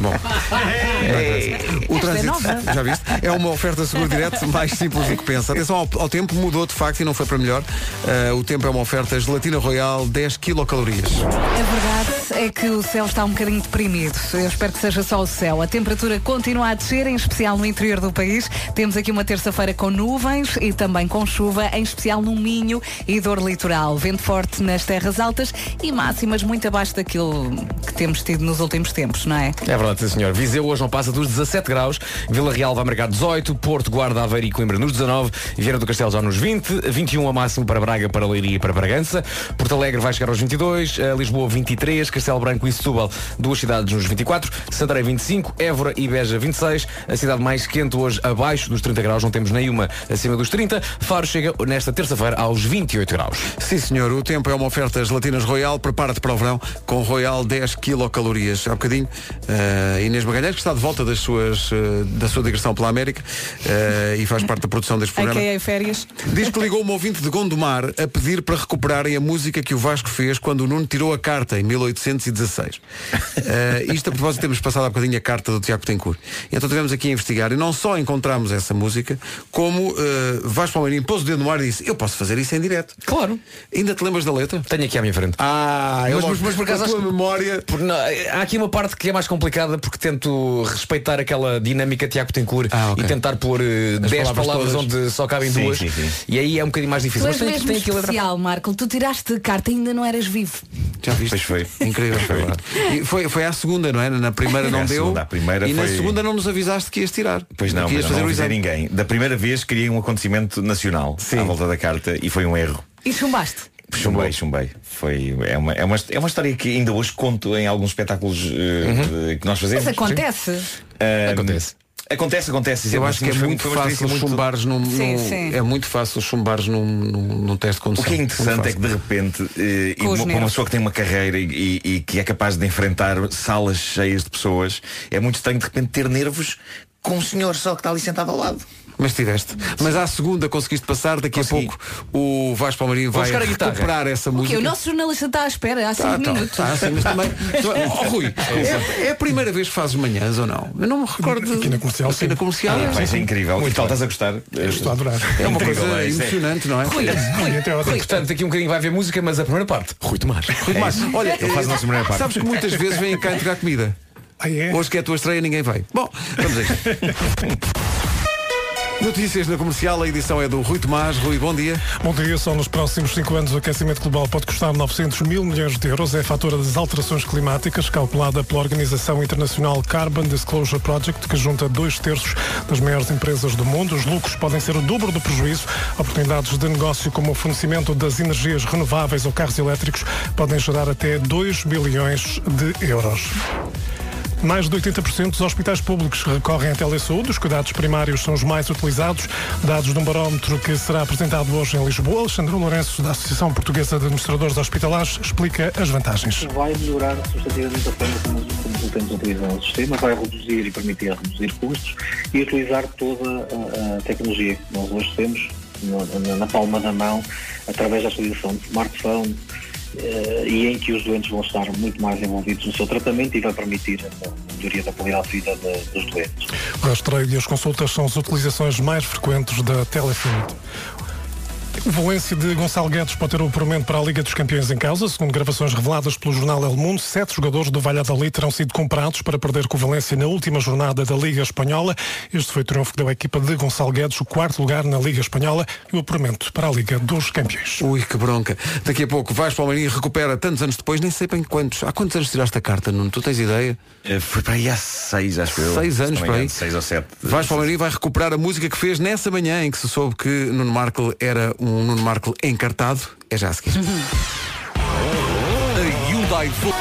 Bom. O
Esta é
trânsito,
nova.
já viste? É uma oferta seguro direto mais simples do que pensa. Atenção ao, ao tempo, mudou de facto e não foi para melhor. Eh, o tempo é uma oferta gelatina royal, 10 quilocalorias.
A verdade é que o céu está um bocadinho deprimido. Eu espero que seja só o céu. A temperatura continua a descer, em especial no interior do país. Temos aqui uma terça-feira com nuvens e também com chuva, em especial no Minho e dor litoral. Vento forte nas terras altas e máximas muito abaixo daquilo que temos tido nos últimos tempos, não é?
É verdade, sim, senhor. Viseu hoje não passa dos 17 graus, Vila Real vai marcar 18, Porto, Guarda, Aveiro e Coimbra nos 19, Vieira do Castelo já nos 20, 21 a um máximo para Braga, para Leiria e para Bragança, Porto Alegre vai chegar aos 22, eh, Lisboa 23, Castelo Branco e Setúbal, duas cidades nos 24, Santarém 25, Évora e Beja 26, a cidade mais quente hoje abaixo dos 30 graus, não temos nenhuma acima dos 30, Faro chega nesta terça-feira aos 28 graus.
Sim, senhor, o tempo é uma oferta gelatinas Royal. Prepara-te para o verão com Royal 10 quilocalorias. Há bocadinho, eh, Inês Magalhães, que está de volta das suas, eh, da sua digressão pela América eh, e faz parte da produção deste programa.
é
AKA férias.
Diz que ligou um ouvinte de Gondomar a pedir para recuperarem a música que o Vasco fez quando o Nuno tirou a carta, em 1816. Eh, isto a propósito, temos passado há bocadinho a carta do Tiago Tencourt. Então estivemos aqui a investigar e não só encontramos essa música, como eh, Vasco Palmeirinho pôs o dedo no ar e disse eu posso fazer isso em direto.
Claro.
Ainda te lembras da letra?
Tenho aqui à minha frente.
Ah, eu
mas,
logo-
mas, mas por acaso
a tua memória.
há aqui uma parte que é mais complicada porque tento respeitar aquela dinâmica Tiago Tencourt e tentar pôr eh,
Ah, As
10
palavras
palavras,
todas.
onde só cabem
Sim,
duas.
sim, sim.
E aí é um bocadinho mais
Tu
difícil.
és
tem
mesmo
aqui a letra.
especial, Marco. Tu tiraste carta e ainda não eras vivo.
Já viste? Pois foi. Incrível.
É
E foi, foi à segunda, não é? Na primeira não
À
deu.
segunda, à primeira
e na
foi-
segunda não nos avisaste que ias tirar.
Pois não,
que
mas
ias
não
fazer o
avisei
exame.
ninguém. Da primeira vez criei um acontecimento nacional à volta da carta e foi um erro.
E chumbaste.
Chumbei, chumbei. Foi, é, uma, é, uma, é uma história que ainda hoje conto em alguns espetáculos eh,
Uhum.
de- que nós fazemos.
Mas acontece.
acontece. Acontece, acontece.
Eu
exatamente.
acho que é
Mas foi-
muito
assim, foi uma
fácil
experiência muito-
chumbares num,
Sim,
num-
sim.
É muito fácil chumbares num, num, num teste de
O
condução.
que é
Muito
interessante é que
fácil.
de repente, eh, e
Com os
uma, para uma
nervos.
pessoa que tem uma carreira e, e- e que é capaz de enfrentar salas cheias de pessoas, é muito estranho de repente ter nervos com um senhor só que está ali sentado ao lado.
Mas tiveste. Mas à segunda conseguiste passar, daqui a pouco o Vasco Palmeirinho
Vou
vai
buscar a guitarra.
recuperar essa
O quê?
música.
O nosso jornalista está à espera há 5
Tá, tá,
minutos.
tá, sim, mas também. Oh, Rui, é, é a primeira vez que fazes manhãs ou não? é. Eu não me recordo. Aqui na comercial. Aqui na comercial.
Ah, vai ser incrível. Muito tal, estás a gostar?
Estou a adorar. É uma
Incrível,
coisa
é isso, é.
emocionante, não é?
Rui, Rui, Rui. Portanto, aqui um bocadinho vai haver música, mas a primeira parte, Rui Tomás.
Rui Tomás, olha,
Ele faz a nossa primeira parte.
sabes que muitas vezes vêm cá entregar comida. Hoje que é a tua estreia, ninguém vai. Bom, vamos a isto. Notícias na comercial, a edição é do Rui Tomás. Rui, bom dia.
Bom dia, só nos próximos cinco anos o aquecimento global pode custar 900 mil milhões de euros. É a fatura das alterações climáticas calculada pela Organização Internacional Carbon Disclosure Project, que junta dois terços das maiores empresas do mundo. Os lucros podem ser o dobro do prejuízo. Oportunidades de negócio como o fornecimento das energias renováveis ou carros elétricos podem gerar até 2 bilhões de euros. Mais de 80% dos hospitais públicos recorrem à telesaúde. Os cuidados primários são os mais utilizados. Dados de um barómetro que será apresentado hoje em Lisboa. Alexandre Lourenço, da Associação Portuguesa de Administradores Hospitalares, explica as vantagens.
Vai melhorar substancialmente a forma como os consultantes utilizam o sistema, vai reduzir e permitir reduzir custos e utilizar toda a, a tecnologia que nós hoje temos na, na- na palma da mão, através da utilização de smartphone eh, e em que os doentes vão estar muito mais envolvidos no seu tratamento e vai permitir a melhoria da qualidade de vida de- dos doentes.
O rastreio e as consultas são as utilizações mais frequentes da telesaúde. O Valência de Gonçalo Guedes pode ter o apuramento para a Liga dos Campeões em causa. Segundo gravações reveladas pelo jornal El Mundo, sete jogadores do Valladolid terão sido comprados para perder com o Valência na última jornada da Liga Espanhola. Este foi o triunfo que deu à equipa de Gonçalo Guedes o quarto lugar na Liga Espanhola e o apuramento para a Liga dos Campeões.
Ui, que bronca. Daqui a pouco vais para o Marinho e recupera tantos anos depois, nem sei bem quantos. Há quantos anos tiraste a carta, Nuno? Tu tens ideia?
Eh, Foi para aí há seis, acho eu.
Seis
Se
anos
não me
para aí.
engano, Seis ou sete.
Vais para o Marinho e vai recuperar a música que fez nessa manhã em que se soube que Nuno Markle era um Nuno Markle encartado. É já a seguir. A
um
Hyundai Fo-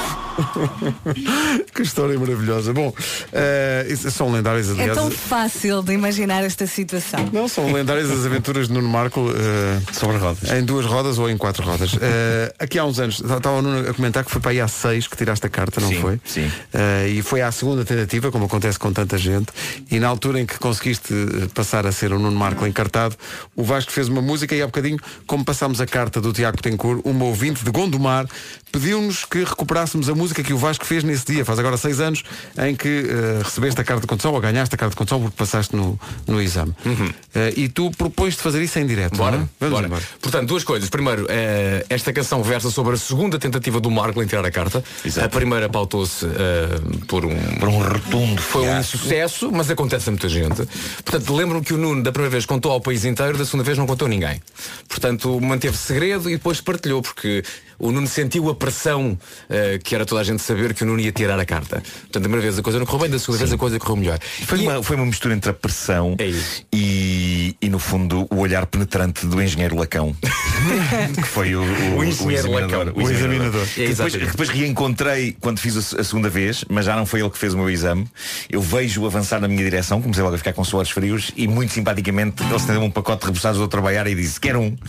que história maravilhosa. Bom, eh, isso- são lendárias,
É
aliás.
eh,
tão fácil de imaginar esta situação.
Não, são lendárias as aventuras de Nuno Marco eh,
sobre rodas.
Em duas rodas ou em quatro rodas. Eh, aqui há uns anos, estava o Nuno a comentar que foi para aí há seis que tiraste a carta, não
Sim,
foi?
sim.
Eh, e foi à segunda tentativa, como acontece com tanta gente, e na altura em que conseguiste eh, passar a ser o Nuno Marco encartado, o Vasco fez uma música e há bocadinho, como passámos a carta do Tiago Tencourt, uma ouvinte de Gondomar, pediu-nos que recuperássemos a música que o Vasco fez nesse dia, faz agora seis anos, em que eh, recebeste a carta de condução ou ganhaste a carta de condução porque passaste no, no exame.
Uhum.
Eh, e tu propões de fazer isso em direto. não é?
Bora,
Vamos
bora.
embora.
Portanto, duas coisas. Primeiro, eh, esta canção versa sobre a segunda tentativa do Marco em tirar a carta. A primeira pautou-se eh, por um.
Por um retundo.
Foi um insucesso, mas acontece a muita gente. Portanto, lembro-me que o Nuno da primeira vez contou ao país inteiro, da segunda vez não contou a ninguém. Portanto, manteve segredo e depois partilhou, porque o Nuno sentiu a pressão eh, que era toda a gente saber que o Nuno ia tirar a carta. Portanto, da primeira vez a coisa não correu bem, da segunda vez a coisa correu melhor.
Foi, uma, foi uma mistura entre a pressão e, e, no fundo, o olhar penetrante do engenheiro Lacão. que foi o, o,
O engenheiro Lacão.
O examinador. Que depois,
Exatamente.
que depois reencontrei quando fiz a se- a segunda vez, mas já não foi ele que fez o meu exame. Eu vejo avançar na minha direção, comecei logo a ficar com suores frios e, muito simpaticamente, ele estendeu um pacote de repousados do trabalhar e disse: Quer um.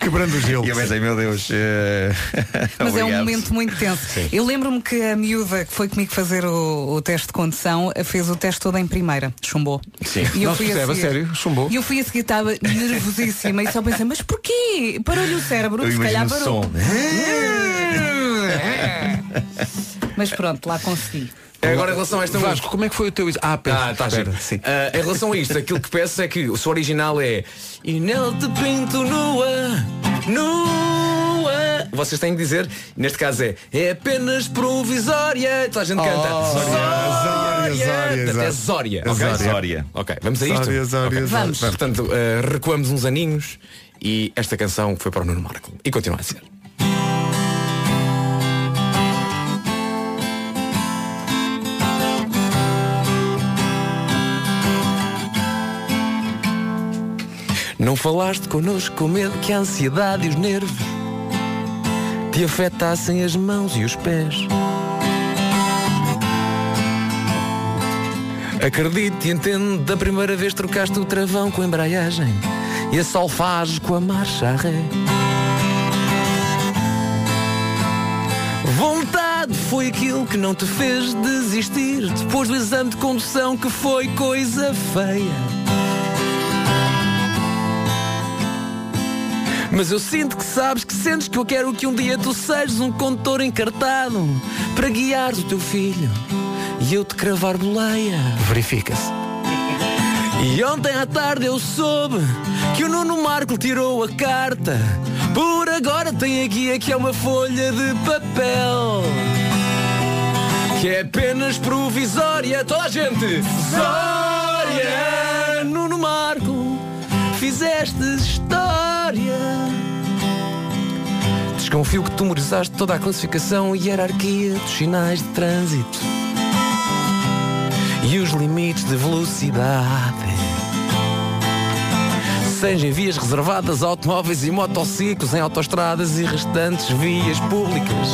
Quebrando o gelo.
E eu pensei: Meu Deus. eh,
Mas é um
obrigado."
momento muito tenso. Eu lembro-me que a miúda que foi comigo fazer o, o teste de condução eh, fez o teste todo em primeira. Chumbou.
Sim. é,
E eu
Não se
fui a
percebe, a
seguir-
sério, chumbou.
E eu fui a seguir, estava nervosíssima e só pensei, mas porquê? Parou-lhe o cérebro,
Eu
se calhar
imagino o
parou.
som. né?
mas pronto, lá consegui.
Agora em relação a esta
Vasco, como é que foi o teu exame? Ah, pera,
Ah, tá
espera,
giro. Ah, em relação a isto, aquilo que peço é que o seu original é E não te pinto nua, nua Vocês têm que dizer, neste caso é É apenas provisória Toda a gente canta
Oh,
Oh,
Zória, Zória,
Portanto, É
exato.
Zória,
É
ok?
Zória.
Ok, vamos a isto?
Zória, Zória,
Ok.
Zória. Vamos.
Portanto, ah, recuamos uns aninhos E esta canção foi para o Nuno Marco E continua a ser Não falaste connosco com medo que a ansiedade e os nervos te afetassem as mãos e os pés. Acredito e entendo, da primeira vez trocaste o travão com a embreagem e a solfage com a marcha a ré. Vontade foi aquilo que não te fez desistir depois do exame de condução que foi coisa feia. Mas eu sinto que sabes que sentes que eu quero que um dia tu sejas um condutor encartado para guiar o teu filho e eu te cravar boleia. Verifica-se. E ontem à tarde eu soube que o Nuno Marco tirou a carta. Por agora tem a guia que é uma folha de papel. Que é apenas provisória. Toda a gente! Zória! Nuno Marco, fizeste história.
um
Desconfio que tu memorizaste toda a classificação e hierarquia dos sinais de trânsito e os limites de velocidade. Seja em vias reservadas a automóveis e motociclos, em autoestradas e restantes vias públicas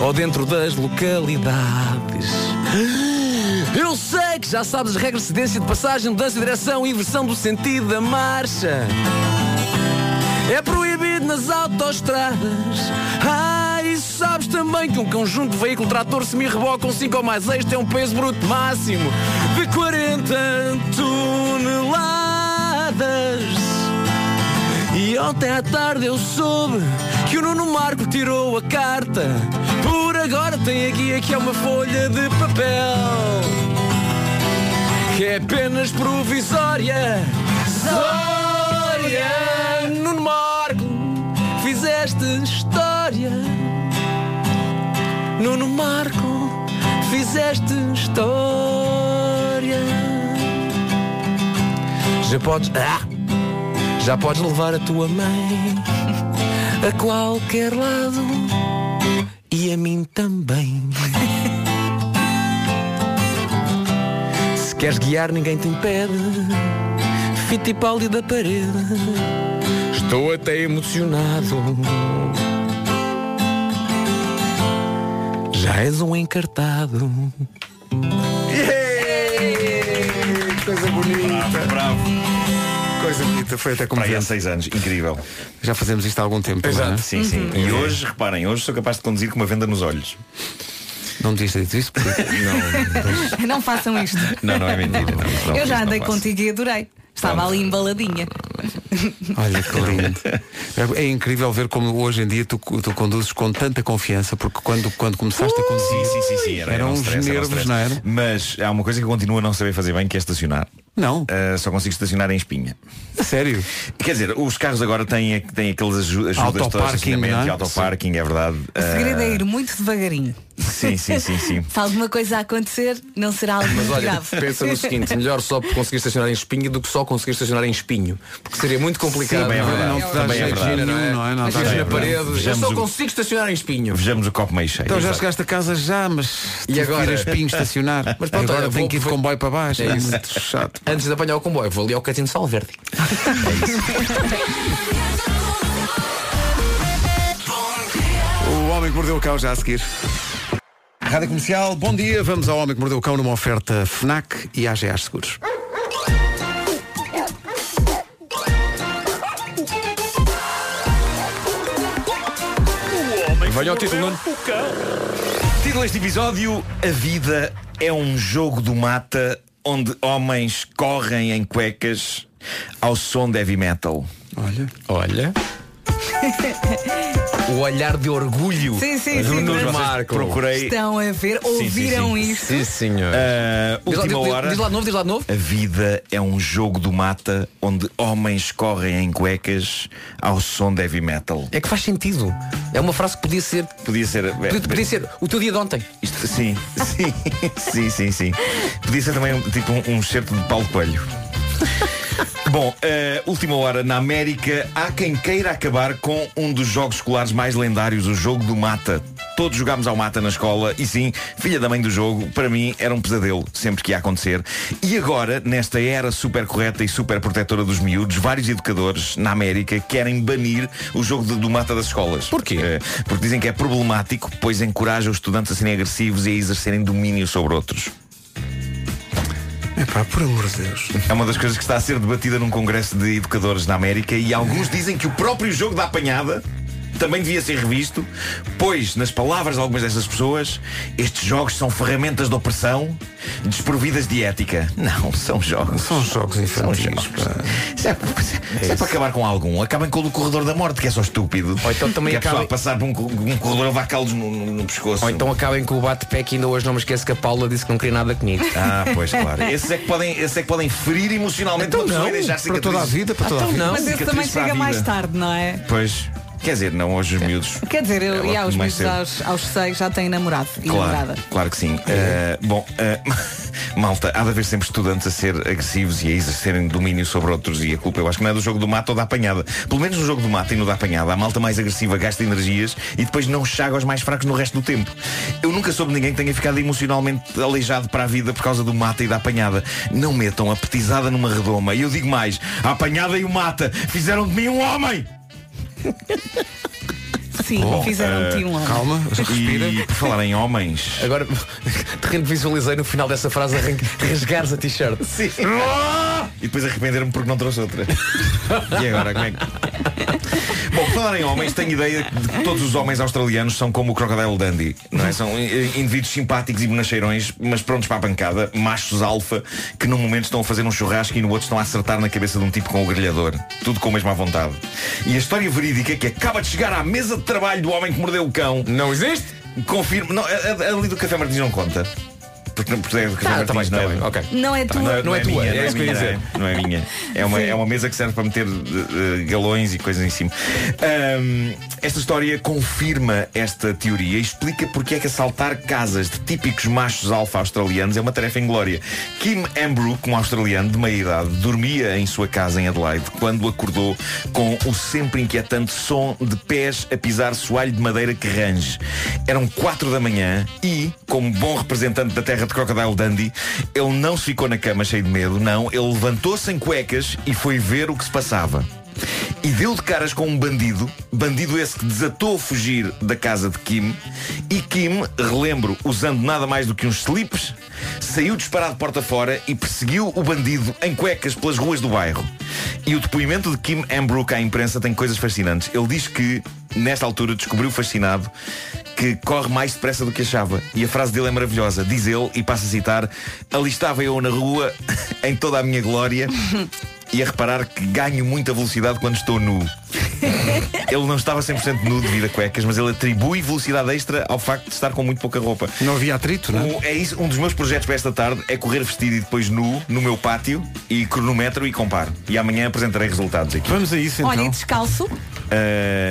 ou dentro das localidades. Eu sei que já sabes as regras de cedência de passagem, mudança de direção e inversão do sentido da marcha. É proibido nas autoestradas. Ah, e sabes também que um conjunto de veículo trator semi-reboque com 5 ou mais 6 tem um peso bruto máximo de 40 toneladas. E ontem à tarde eu soube que o Nuno Marco tirou a carta. Por agora tem a guia que é uma folha de papel que é apenas provisória. Zória! de história. Nuno Marco, fizeste história. Já podes. Ah! Já podes levar a tua mãe a qualquer lado e a mim também. Se queres guiar, ninguém te impede. Fittipaldi da parede. Estou até emocionado. Já és um encartado.
Coisa bonita.
Bravo.
Coisa bonita, foi até como
Para aí há seis anos, incrível.
Já fazemos isto há algum tempo. não é?
Sim, sim. E hoje, reparem, hoje sou capaz de conduzir com uma venda nos olhos.
Não me disse isso porque.
Não façam isto.
não, não é mentira. não, não,
Eu já
não
andei
faço.
contigo e adorei. Estava ali embaladinha.
Olha que lindo. É, é incrível ver como hoje em dia tu, tu conduzes com tanta confiança, porque quando, quando começaste a conduzir
Sim, sim, sim, era,
eram
um
uns
stress, era um
nervos,
stress.
não era?
Mas há uma coisa que eu continuo a não saber fazer bem, que é estacionar. Ah,
Não.
só consigo estacionar em espinha.
Sério?
Quer dizer, os carros agora têm, têm aqueles aju- ajudas todas
Autoparking, não é?
de autoparking, é verdade.
O segredo é ir muito devagarinho.
Sim, sim, sim, sim.
Se alguma coisa acontecer, não será algo
Mas
muito
olha,
grave.
pensa no seguinte, melhor só conseguir estacionar em espinho do que só conseguir estacionar em espinho. Porque seria muito complicado.
Também é verdade.
Não te dá
Também é
jeito
verdade.
nenhum, não é? Não
Às
dá
vezes
jeito.
na parede,
Eu
vejamos
só
o-
consigo estacionar em espinho.
Vejamos o copo meio cheio.
Então já
Exato.
chegaste a casa já, mas
E
tive que
agora?
ir a espinho estacionar.
Mas pronto,
agora
olha,
tenho
vou-
que ir de
vou-
comboio para baixo.
É
É
isso.
muito chato.
Antes de apanhar o comboio, vou ali ao Catino Salverde.
O Homem que Mordeu o Cão já a seguir. Rádio Comercial, bom dia. Vamos ao Homem que Mordeu o Cão numa oferta FNAC e AGA Seguros.
Venha ao título, Nuno. Título deste episódio: A vida é um jogo do mata onde homens correm em cuecas ao som de heavy metal.
Olha.
Olha. O olhar de orgulho
Sim, sim,
do
sim.
Nuno
Vocês
Marco.
procurei-
Estão a ver,
sim,
ouviram
sim.
isto.
Sim, senhor.
Ah,
Diz lá-
última
diz-
hora.
diz lá de novo, diz lá de novo.
A vida é um jogo do mata onde homens correm em cuecas ao som de heavy metal.
É que faz sentido. É uma frase que podia ser.
Podia ser. é,
Podia, podia ser o teu dia de ontem.
Isto, sim, sim, sim, sim, sim. Podia ser também um- tipo um, um certo de Paulo Coelho. Bom, eh, última hora na América, há quem queira acabar com um dos jogos escolares mais lendários, o jogo do mata. Todos jogámos ao mata na escola e sim, filha da mãe do jogo, para mim era um pesadelo sempre que ia acontecer. E agora, nesta era super correta e super protetora dos miúdos, vários educadores na América querem banir o jogo de- do mata das escolas. Porquê? porque dizem que é problemático, pois encoraja os estudantes a serem agressivos e a exercerem domínio sobre outros.
É pá, por amor de Deus.
É uma das coisas que está a ser debatida num congresso de educadores na América e alguns dizem que o próprio jogo da apanhada também devia ser revisto, pois, nas palavras de algumas dessas pessoas, estes jogos são ferramentas de opressão desprovidas de ética. Não, são jogos.
São jogos infantis.
São jogos. Se é, se é para acabar com algum, acabem com o do corredor da morte, que é só estúpido. Ou
então também
que a pessoa
acabem-
a passar por um, co- um corredor a vacalos no, no, no pescoço.
Ou então acabem com o bate-pé que ainda hoje não me esqueço que a Paula disse que não queria nada comigo.
Ah, pois claro. Esses é que podem, esses é que podem ferir emocionalmente
Então
uma pessoa
não,
e deixar
para toda a
cicatrizes.
vida, para toda a Então vida. não.
Mas esse também
Cicatrizes para a
chega mais
vida.
tarde, É. não é?
Pois, quer dizer, não hoje os miúdos.
Quer dizer, eu,
É
e há os
mais
miúdos aos, aos seis já têm namorado e
Claro,
namorada.
claro que sim. Uh, bom, uh, malta, há de haver sempre estudantes a ser agressivos e a exercerem domínio sobre outros e a culpa eu acho que não é do jogo do mato ou da apanhada. Pelo menos no jogo do mato e no da apanhada, a malta mais agressiva gasta energias e depois não chaga aos mais fracos no resto do tempo. Eu nunca soube de ninguém que tenha ficado emocionalmente aleijado para a vida por causa do mata e da apanhada. Não metam a petizada numa redoma. E eu digo mais, a apanhada e o mata fizeram de mim um homem!
Sim,
Bom,
fizeram de ti um
eh,
homem.
Oh,
respira. E por falar em homens.
Agora, de repente visualizei no final dessa frase arran- rasgares a t-shirt.
Sim. E depois arrepender-me porque não trouxe outra. E agora, como é que. Bom, por falar em homens, tenho ideia de que todos os homens australianos são como o Crocodile Dundee, não é? São eh, indivíduos simpáticos e bonacheirões, mas prontos para a pancada, machos alfa, que num momento estão a fazer um churrasco e no outro estão a acertar na cabeça de um tipo com o grelhador. Tudo com a mesma vontade. E a história verídica que acaba de chegar à mesa de trabalho do homem que mordeu o cão.
Não existe?
Confirmo. Não, a, a, ali do Café Martins não conta. Porque não percebes o que
Tá,
a Joana
tá
Martins
bem, tá
não é-
bem, ok. Não é tua. Não é tua,
minha,
é
não
isso que eu ia
minha,
dizer.
Não é minha. É uma,
Sim.
é uma mesa que serve para meter eh, eh, galões e coisas em cima. Ahm, esta história confirma esta teoria e explica porque é que assaltar casas de típicos machos alfa australianos é uma tarefa em glória. Kim Ambrook, um australiano de meia idade, dormia em sua casa em Adelaide quando acordou com o sempre inquietante som de pés a pisar soalho de madeira que range. Eram quatro da manhã e, como bom representante da terra de Crocodile Dundee, ele não se ficou na cama cheio de medo, não. Ele levantou-se em cuecas e foi ver o que se passava. E deu de caras com um bandido, bandido esse que desatou a fugir da casa de Kim. E Kim, relembro, usando nada mais do que uns slips, saiu disparado porta fora e perseguiu o bandido em cuecas pelas ruas do bairro. E o depoimento de Kim Ambrook à imprensa tem coisas fascinantes. Ele diz que, nesta altura, descobriu fascinado que corre mais depressa do que achava. E a frase dele é maravilhosa. Diz ele, e passo a citar, ali estava eu na rua, em toda a minha glória, e a reparar que ganho muita velocidade quando estou nu. Ele não estava 100% nu devido a cuecas, mas ele atribui velocidade extra ao facto de estar com muito pouca roupa.
Não havia atrito, não é?
Um, é isso, um dos meus projetos para esta tarde é correr vestido e depois nu no meu pátio e cronometro e comparo. E amanhã apresentarei resultados aqui.
Vamos a isso então.
então.
Olha, e descalço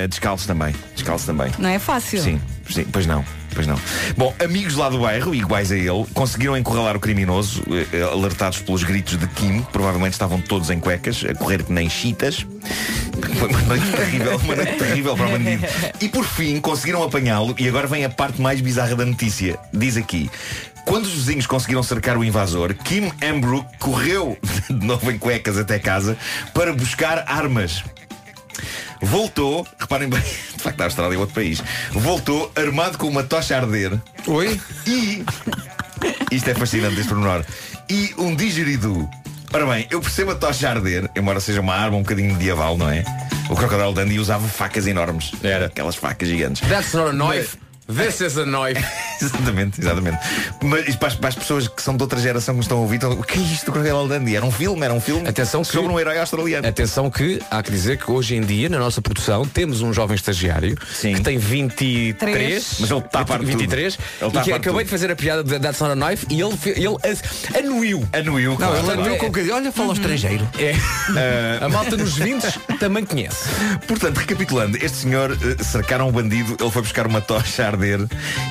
descalço também. Descalço também.
não é fácil.
Sim, sim, pois não. Pois não. Bom, amigos lá do bairro, iguais a ele, conseguiram encurralar o criminoso, eh, eh, alertados pelos gritos de Kim, que provavelmente estavam todos em cuecas, a correr que nem chitas. Foi uma noite terrível, uma noite terrível para o bandido. E por fim conseguiram apanhá-lo e agora vem a parte mais bizarra da notícia. Diz aqui. Quando os vizinhos conseguiram cercar o invasor, Kim Ambrook correu de novo em cuecas até casa para buscar armas. Voltou, reparem bem, de facto a Austrália é outro país. Voltou armado com uma tocha a arder.
Oi?
E. Isto é fascinante, este pormenor. E um digeridu. Ora bem, eu percebo a tocha a arder, embora seja uma arma um bocadinho medieval, não é? O Crocodile Dundee usava facas enormes. Era. Aquelas facas gigantes.
That's not a knife. This is a knife.
exatamente, exatamente. Mas isto para as, para as pessoas que são de outra geração que nos estão a ouvir, estão, o que é isto do Crocodile Dundee? Era um filme, era um filme
Atenção que-
sobre um herói australiano.
Atenção que há que dizer que hoje em dia, na nossa produção, temos um jovem estagiário que tem 23,
Três. Mas ele está a par de
23
tudo. Ele
e
tá está
que
a par de
acabei
tudo.
de fazer a piada de That's Not a Knife e ele, fe- ele as- anuiu.
Anuiu,
Não, claro, ele claro. anuiu com um bocadinho. Olha, fala ao estrangeiro.
É.
Ah,
a malta nos 20 também conhece.
Portanto, recapitulando, este senhor eh, cercaram um bandido, ele foi buscar uma tocha a arder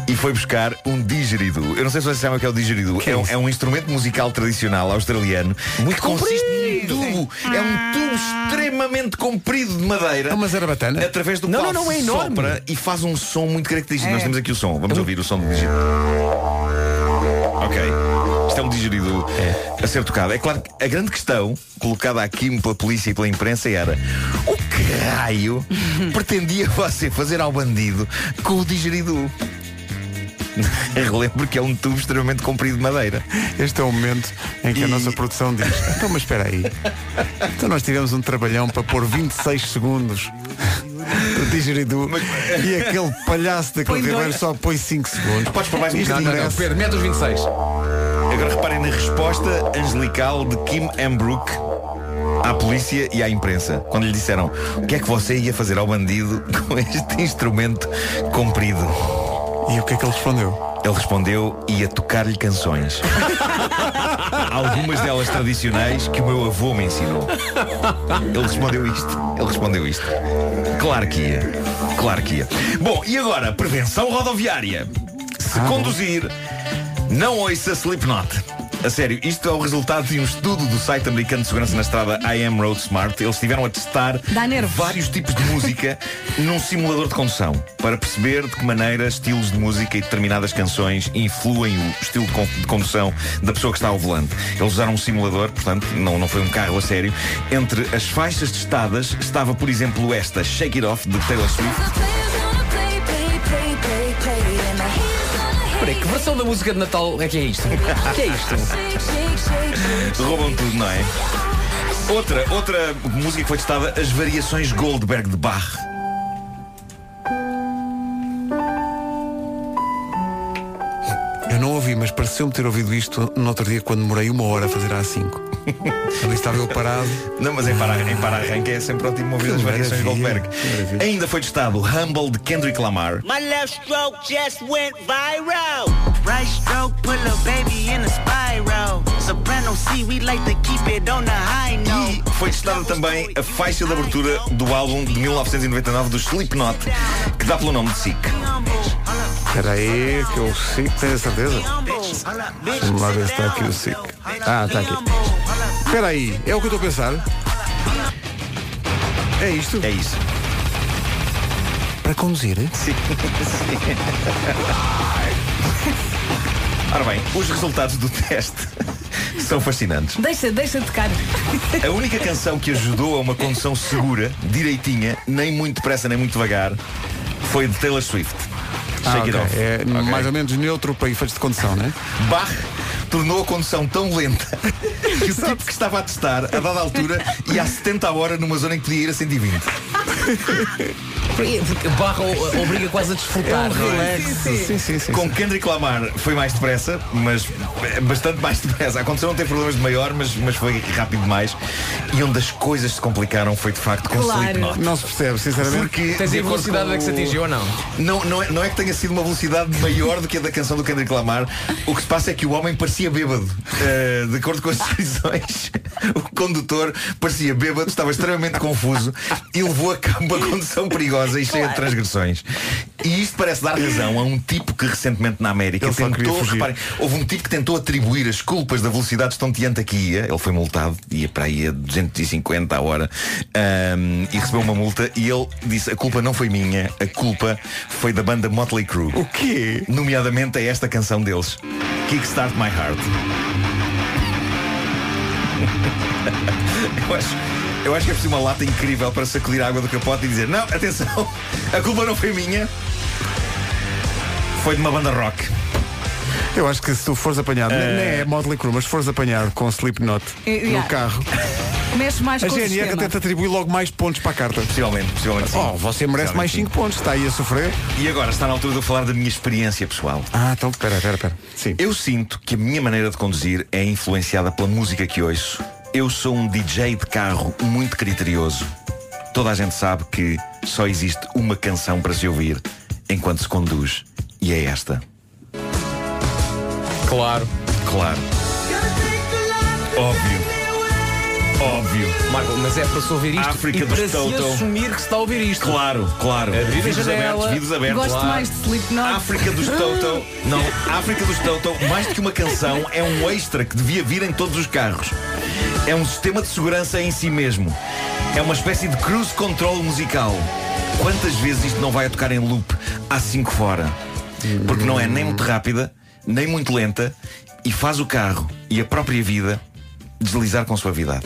e foi buscar um digeridu. Eu não sei se vocês sabem o que é o digeridu. é, um, é um instrumento musical tradicional australiano que consiste num tubo. É um tubo extremamente comprido de madeira. É uma
zarabatana.
Através do
Não,
qual
não, não, é
se
enorme.
sopra e faz um som muito característico.
É.
Nós temos aqui o som. Vamos ouvir o som do digeridu. Ok. Isto é um digerido a ser tocado. É claro que a grande questão colocada aqui pela polícia e pela imprensa era o que raio pretendia você fazer ao bandido com o digerido? Relembro que é um tubo extremamente comprido de madeira.
Este é o momento em que a nossa produção diz Então, mas espera aí Então nós tivemos um trabalhão para pôr 26 segundos do digeridu E aquele palhaço daquele
Põe dois.
Ribeiro só põe 5 segundos
Podes pôr mais um
Isto
bocadinho.
merece-
mete os 26.
Agora reparem na resposta angelical de Kim Ambrook à polícia e à imprensa, quando lhe disseram o que é que você ia fazer ao bandido com este instrumento comprido.
E o que é que ele respondeu?
Ele respondeu, ia tocar-lhe canções. uh, Algumas delas tradicionais que o meu avô me ensinou. Ele respondeu isto. Ele respondeu isto. Claro que ia. Claro que ia. Bom, e agora, prevenção rodoviária. Se conduzir, não ouça Slipknot. A sério, isto é o resultado de um estudo do site americano de segurança na estrada IM Road Smart. Eles estiveram a testar vários tipos de música num simulador de condução para perceber de que maneira estilos de música e determinadas canções influem o estilo de con- de condução da pessoa que está ao volante. Eles usaram um simulador, portanto, não, não foi um carro a sério. Entre as faixas testadas estava, por exemplo, esta Shake It Off de Taylor Swift.
Peraí, que versão da música de Natal é que é isto? que é isto?
Roubam tudo, não é? Outra, outra música que foi testada, as variações Goldberg de Bach.
Eu não ouvi ouvi, mas pareceu-me ter ouvido isto no outro dia quando demorei uma hora a fazer a A5. Ali estava eu parado.
Não, mas em para, em para arranque é sempre ótimo ouvir
Que
as variações de
maravilha,
Goldberg. Ainda foi testado Humble de Kendrick Lamar.
My left stroke just went viral. Right stroke put a baby in a spiral. Soprano C, we like to keep it on the high note.
E foi testada também a faixa de abertura do álbum de 1999 do Slipknot, que dá pelo nome de Sick.
Espera aí, que eu SIC, tenho a certeza. Vamos lá ver se está aqui o SIC. Ah, está aqui. Espera aí, é o que eu estou a pensar? É isto?
É isso.
Para conduzir?
Sim. Ora bem, os resultados do teste são fascinantes.
Deixa, deixa de tocar.
A única canção que ajudou a uma condução segura, direitinha, nem muito depressa nem muito devagar, foi de Taylor Swift.
Ah,
Shake it
ok.
off.
É
Ok.
mais ou menos neutro para efeitos de condução, não é?
Bach tornou a condução tão lenta que o tipo que estava a testar, a dada altura, ia a 70 a hora numa zona em que podia ir a 120.
É Porque barra o- obriga quase a desfrutar.
um
não é?
Com Kendrick Lamar foi mais depressa, mas bastante mais depressa. Aconteceu não ter problemas de maior, mas, mas foi rápido demais. E onde as coisas se complicaram foi de facto com
Claro.
o Slipknot.
Não se percebe, sinceramente.
Porque
Tens
de
a
acordo
velocidade
com
a que se
o-
atingiu ou não?
Não, não, é, não é que tenha sido uma velocidade maior do que a da canção do Kendrick Lamar. O que se passa é que o homem parecia bêbado. Eh, de acordo com as descrições, o condutor parecia bêbado, estava extremamente confuso e levou a cabo uma condução perigosa e cheia de transgressões. E isto parece dar razão a um tipo que recentemente na América
Ele só queria
tentou,
fugir.
reparem, houve um tipo que tentou atribuir as culpas da velocidade estonteante a que ia. Ele foi multado, ia para aí a 250 a hora ahm, e recebeu uma multa e ele disse a culpa não foi minha, a culpa foi da banda Motley Crue. O quê? Nomeadamente a esta canção deles, Kickstart My Heart. Eu acho, eu acho que é preciso uma lata incrível para sacudir a água do capote e dizer não, atenção, a culpa não foi minha, foi de uma banda rock.
Eu acho que se tu fores apanhado, nem nem é Motley Crue, mas se fores apanhado com Slipknot
Eh, yeah. é
no carro,
Mexe mais
a
com o
é
GNR
sistema.
até te atribui logo mais pontos para a carta.
Possivelmente, possivelmente. sim.
Oh, você merece mais 5 pontos, está aí a sofrer.
E agora está na altura de eu falar da minha experiência pessoal.
Ah, então, espera, espera, espera. Sim.
Eu sinto que a minha maneira de conduzir é influenciada pela música que ouço. Eu sou um DJ de carro muito criterioso. Toda a gente sabe que só existe uma canção para se ouvir enquanto se conduz. E é esta.
Claro.
Claro. Óbvio. Óbvio.
Marco, mas é para se ouvir isto
África
e
dos
para
Toto.
se assumir que se está a ouvir isto.
Claro, claro.
Abrir a
Vidros abertos,
janela.
vidros abertos.
Gosto
Claro.
mais de Slipknot.
África dos Toto. Não, África dos Toto, mais do que uma canção, é um extra que devia vir em todos os carros. É um sistema de segurança em si mesmo. É uma espécie de cruise control musical. Quantas vezes isto não vai a tocar em loop há cinco fora? Porque não é nem muito rápida, nem muito lenta e faz o carro e a própria vida deslizar com suavidade.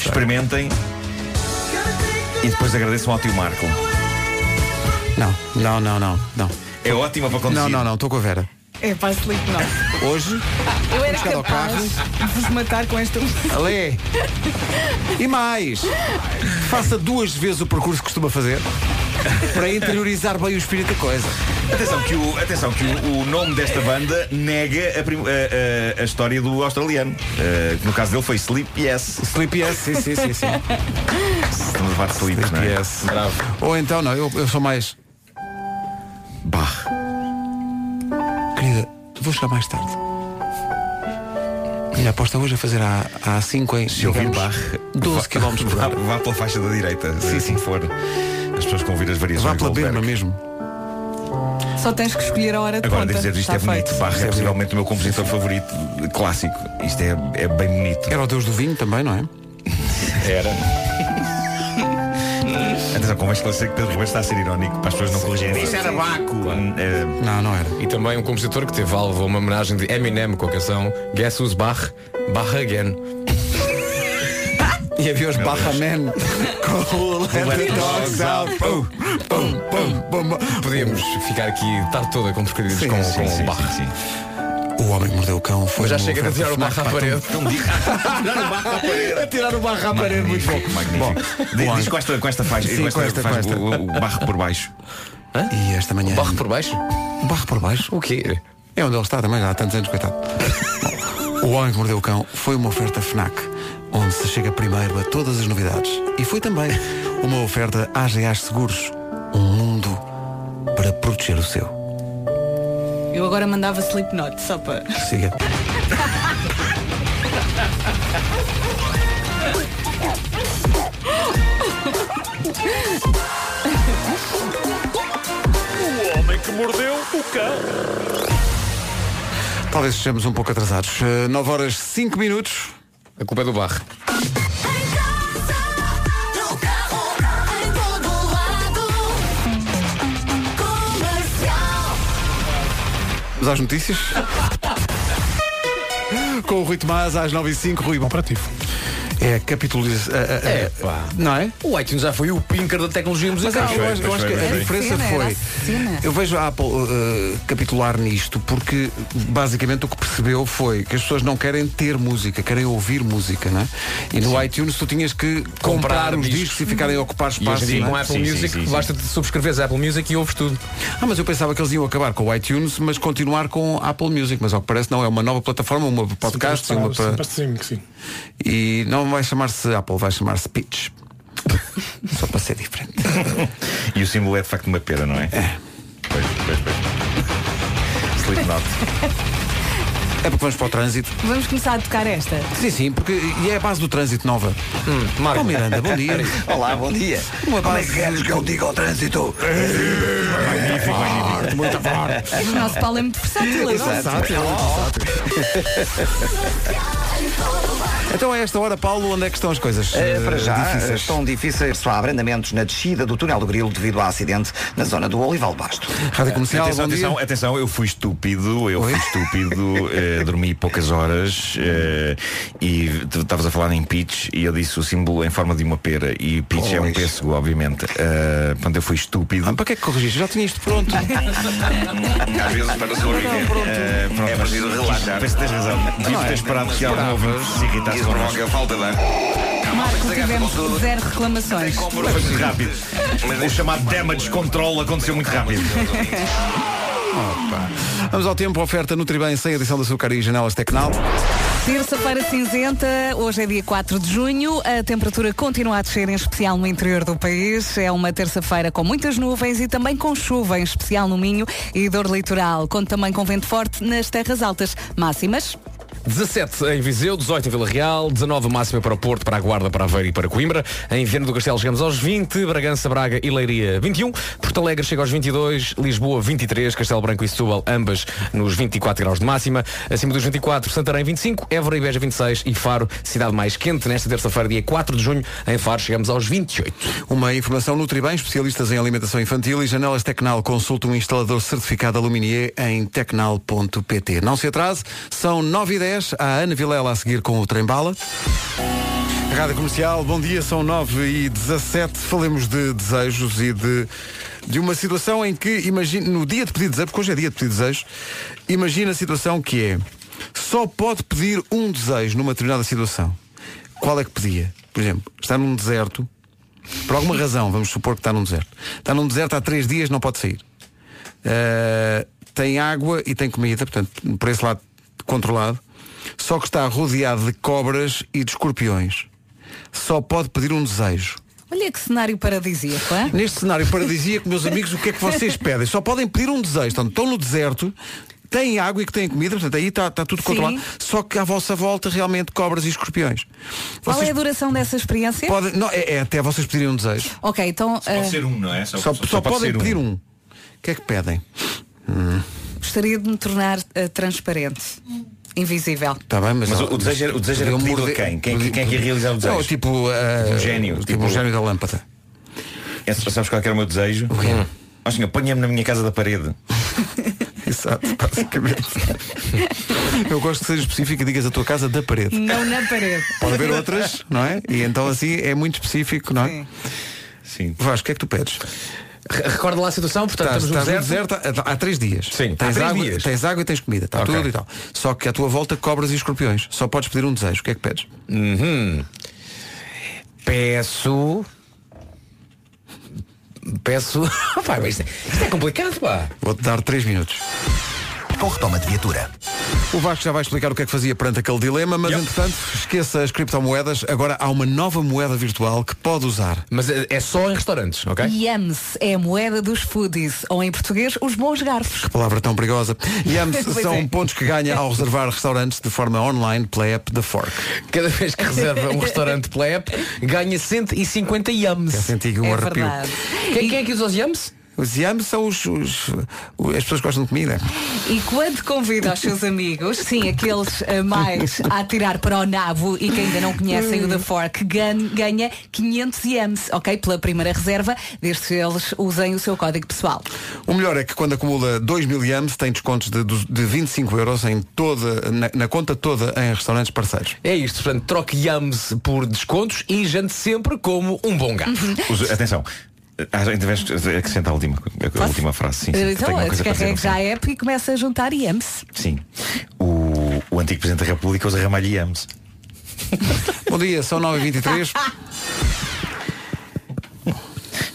Experimentem e depois agradeçam ao tio Marco.
Não, não, não, não, não.
É ótima para conduzir.
Não, não, não, estou com a Vera.
É para Slipknot.
Hoje,
Eu era
Chegar ao
capaz de vos matar com esta música.
Alê. E mais, faça duas vezes o percurso que costuma fazer para interiorizar bem o espírito da coisa.
Atenção que, o, atenção que o, o nome desta banda nega a, prim- a- a- a história do australiano. Uh, que no caso dele foi Sleep Yes.
Sleep Yes, sim, sim, sim. sim.
Estamos a levar de Sleep, não é?
Yes. Ou então, não, eu, eu sou mais.
Bah.
Querida, vou chegar mais tarde. Minha aposta hoje é fazer a, a 5 em
Se ouvir
digamos,
Bach,
12
vá-
km por
vá,
hora.
vá pela faixa da direita, se assim for. As pessoas vão ouvir as variações.
Vá pela
Goldberg.
berma mesmo.
Só tens que escolher a hora de
Agora
ponta.
devo dizer, isto
Ah, Está
é bonito.
feito.
Bach é possivelmente o meu compositor favorito eh, clássico. Isto é, é bem bonito.
Era o Deus do vinho também, não é?
Era. Atenção, convém esclarecer que Pedro Ribeiro está a ser irónico para as pessoas não corrigirem.
Isso era Baco.
Não, não era.
E também um compositor que teve alvo a uma homenagem de Eminem com a canção Guess Who's Bach? Bach Again.
E havia os Barramen com
Let
Let
the
the
dogs
Dogs Out. Pum, pum, pum, pum.
Podíamos ficar aqui tarde toda com descredidos
Sim,
com,
sim,
com
sim,
Bach.
O homem que mordeu o cão foi.
Mas já
uma
chega a
oferta
tirar o
Fnac,
Bach à
pá,
parede.
A tirar o barra à parede, muito bom.
Magnífico. Diz- Diz com esta, com esta faixa.
Sim, com esta,
faixa,
com esta. Um
O, o barro por baixo.
E esta manhã.
Barro por baixo?
Barro por baixo?
O quê?
É onde ele está também, já há tantos anos, coitado. Bom, o Homem que Mordeu o Cão foi uma oferta FNAC, onde se chega primeiro a todas as novidades. E foi também uma oferta AGAs Seguros, um mundo para proteger o seu.
Eu agora mandava Slipknot, só para.
Siga.
O homem que mordeu o cão.
Talvez estejamos um pouco atrasados. 9 horas 5 minutos. A culpa é do bar. Vamos às notícias. Com o Rui Tomás às 9 e 5 Rui, bom para ti. É a capitalização.
É, pá.
Não é?
O iTunes já foi o pinker da tecnologia
Mas é
musical.
que eu acho, eu acho que a diferença foi.
É.
Eu vejo a Apple uh, capitular nisto porque basicamente o que percebeu foi que as pessoas não querem ter música, querem ouvir música, né? E no iTunes tu tinhas que comprar, os discos, e ficarem a ocupar
Uhum. E hoje
espaço.
em dia
não é?
com a Apple Music, basta de subscreveres a Apple Music e ouves tudo.
Ah, mas eu pensava que eles iam acabar com o iTunes, mas continuar com a Apple Music, mas ao que parece não, é uma nova plataforma, uma para podcasts e uma para.
Sim, sim.
E não vai chamar-se Apple, vai chamar-se Pitch. Só para ser diferente.
E o símbolo é de facto uma pera, não é? É. Pois, pois, pois. Slipknot.
É porque vamos para o trânsito.
Vamos começar a tocar esta.
Sim, sim, porque e é a base do trânsito nova. Marco. Miranda, bom dia.
Hum, Olá, bom dia.
Uma base...
Queres que eu diga ao trânsito?
Forte, muito forte.
O nosso Paulo é muito versátil.
Exato.
agora.
Então a esta hora, Paulo, onde é que estão as coisas?
Eh, para
eh,
já
difíceis?
estão difíceis só há abrandamentos na descida do túnel do Grilo devido ao acidente na zona do Olival Basto.
Rádio Comercial,
atenção,
bom dia.
atenção, atenção, eu fui estúpido, eu fui estúpido, eh, dormi poucas horas eh, e tu estavas a falar em pitch e eu disse o símbolo em forma de uma pera e pitch é um
Pois.
pêssego, obviamente. Eh, portanto, eu fui estúpido.
para que é que corrigiste? Já tinha isto pronto.
Às vezes para sobreviver eh, pronto, é preciso relaxar. Mas tens razão. Devo ter esperado que alguém se irritasse Isso provoca falta de
Marco, tivemos zero reclamações.
Foi muito rápido. o chamado damage control aconteceu muito rápido.
Opa. Vamos ao tempo, oferta Nutribem sem adição de açúcar e janelas Tecnal.
Terça-feira cinzenta, hoje é dia 4 de junho, a temperatura continua a descer, em especial no interior do país. É uma terça-feira com muitas nuvens e também com chuva, em especial no Minho e dor litoral. Conta também com vento forte nas terras altas máximas.
17 em Viseu, 18 em Vila Real, 19 máxima para o Porto, para a Guarda, para Aveiro e para Coimbra. Em Viana do Castelo chegamos aos 20, Bragança, Braga e Leiria 21, Porto Alegre chega aos 22, Lisboa 23, Castelo Branco e Setúbal ambas nos 24 graus de máxima. Acima dos 24, Santarém 25, Évora e Beja 26 e Faro, cidade mais quente nesta terça-feira, dia 4 de junho. Em Faro chegamos aos 28.
Uma informação Nutribem, especialistas em alimentação infantil e janelas Tecnal. Consulte um instalador certificado Aluminier em tecnal.pt. Não se atrase, são 9 e 10 a Ana Vilela a seguir com o Trembala. Rádio Comercial, bom dia, são 9 e 17 Falemos de desejos e de, de uma situação em que, imagina, no dia de pedir desejo, porque hoje é dia de pedir desejos, imagina a situação que é só pode pedir um desejo numa determinada situação. Qual é que pedia? Por exemplo, está num deserto, por alguma razão, vamos supor que está num deserto. Está num deserto há três dias, não pode sair. Uh, tem água e tem comida, portanto, por esse lado controlado. Só que está rodeado de cobras e de escorpiões. Só pode pedir um desejo.
Olha que cenário paradisíaco, é?
Neste cenário paradisíaco, meus amigos, o que é que vocês pedem? Só podem pedir um desejo. Portanto, estão no deserto, têm água e que têm comida, portanto, aí está, está tudo
Sim.
controlado. Só que à vossa volta, realmente, cobras e escorpiões.
Qual é
Vocês
a duração dessa experiência?
podem... Não, é, é até vocês pedirem um desejo.
Ok, então ah,
um, não é?
Só, só podem pedir um. O que é que pedem? Hum,
gostaria de me tornar ah, transparente, invisível.
Tá bem, mas,
Mas o- o desejo era- o desejo era
Podiam
pedir a quem? Quem é que- quem é que ia realizar o desejo?
Não, tipo eh,
Um gênio,
Tipo,
tipo-
um gênio da lâmpada.
É, sabes qual que era o meu desejo? O quê? Oh, senhor, ponha-me na minha casa da parede.
Exato, basicamente. Eu gosto que seja específico e digas a tua casa da parede.
Não na parede.
Pode haver outras, não é? E então assim é muito específico, não é?
Sim.
Vasco, o que é que tu pedes?
Recorda lá a situação, portanto,
Estás,
estamos
estás
no
no
deserto.
deserto há, há três dias. Sim,
há
tens,
três
água,
dias.
tens água e tens comida, está
Ok.
tudo e tal. Só que à tua volta cobras e escorpiões. Só podes pedir um desejo. O que é que pedes?
Uhum. Peço. Peço. Pá, mas isto, é- isto é complicado, pá.
Vou-te dar três minutos.
com retoma de viatura.
O Vasco já vai explicar o que é que fazia perante aquele dilema, mas entretanto, esqueça as criptomoedas, agora há uma nova moeda virtual que pode usar.
Mas é só em restaurantes, ok?
Yams é a moeda dos foodies, ou em português, os bons garfos.
Palavra tão perigosa. Yams
Pois
são
é.
pontos que ganha ao reservar restaurantes de forma online pela app The Fork.
Cada vez que reserva um restaurante pela app, ganha 150 yams.
Eu senti aqui um
é
arrepio.
verdade. Quem, quem é que usa os yams?
Os yams são os, os- os- As pessoas que gostam de comida.
E quando convida os seus amigos, sim, aqueles eh, mais a tirar para o nabo e que ainda não conhecem o The Fork, gan- ganha 500 yams, ok? Pela primeira reserva, desde que eles usem o seu código pessoal.
O melhor é que quando acumula 2 mil yams tem descontos de, de 25 euros em toda, na, na conta toda em restaurantes parceiros.
É isto, portanto, troque yams por descontos e jante sempre como um bom gato.
Uhum.
Os- atenção, ah, ainda vais acrescentar a última, a última frase. Sim, sim, que tenho
então,
uma coisa para dizer
descarregue
no
já a app e começa a juntar yams.
Sim. O, o antigo Presidente da República usa ramalhamos.
Bom dia, são 9h23.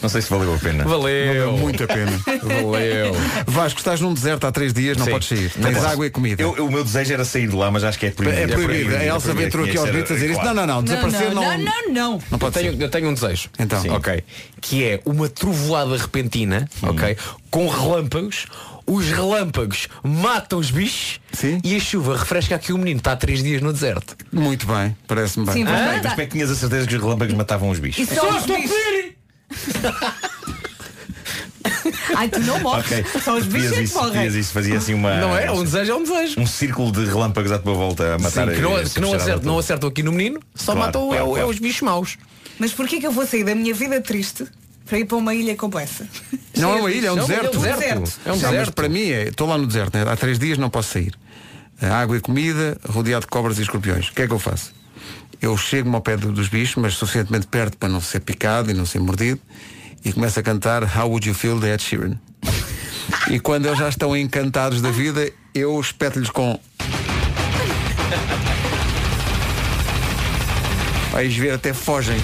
Não sei se valeu a pena.
Valeu. Muito a pena.
Valeu.
Vasco, estás num deserto há três dias, não
Sim.
podes sair.
Não
Tens
posso.
água e comida.
Eu- o meu desejo era sair de lá, mas acho que é proibido.
É proibido. A
é
Elsa
proibido.
Ventura aqui
Tinha
aos
que
gritos a
ser,
dizer isto.
claro.
Não, não, não, desaparecer não-
não.
Não pode
eu, tenho, eu tenho um desejo. Então, ok. Que é uma trovoada repentina, ok? Com relâmpagos. Os relâmpagos matam os bichos e a chuva refresca aqui o menino. Está há três dias no deserto.
Muito bem, parece-me
Bem,
Sim,
mas
mas
bem,
manda-
mas como é que tinhas a certeza que os relâmpagos matavam os bichos?
só os bichos. Ai, tu não morres.
Ok.
São os
Fazias
bichos é que
isso,
morrem.
fazias isso, fazia assim uma.
Não é? Um desejo é um desejo.
Um círculo de relâmpagos à tua volta a matar
Sim, que não, é-
esse
que não,
bicharada
acertam,
todo.
não acertam aqui no menino, só
Claro,
matam
claro,
é o- é
claro.
os bichos maus.
Mas porquê que eu vou sair da minha vida triste para ir para uma ilha como essa?
Não é uma ilha, é um
Não,
deserto.
É um deserto.
Não, mas
deserto.
para mim, é- estou lá no deserto, né? há três dias não posso sair. Água e comida, rodeado de cobras e escorpiões. O que é que eu faço? Eu chego-me ao pé do- dos bichos, mas suficientemente perto para não ser picado e não ser mordido, e começo a cantar How Would You Feel de Ed Sheeran. e quando eles já estão encantados da vida, eu espeto-lhes com. Vais ver, até fogem.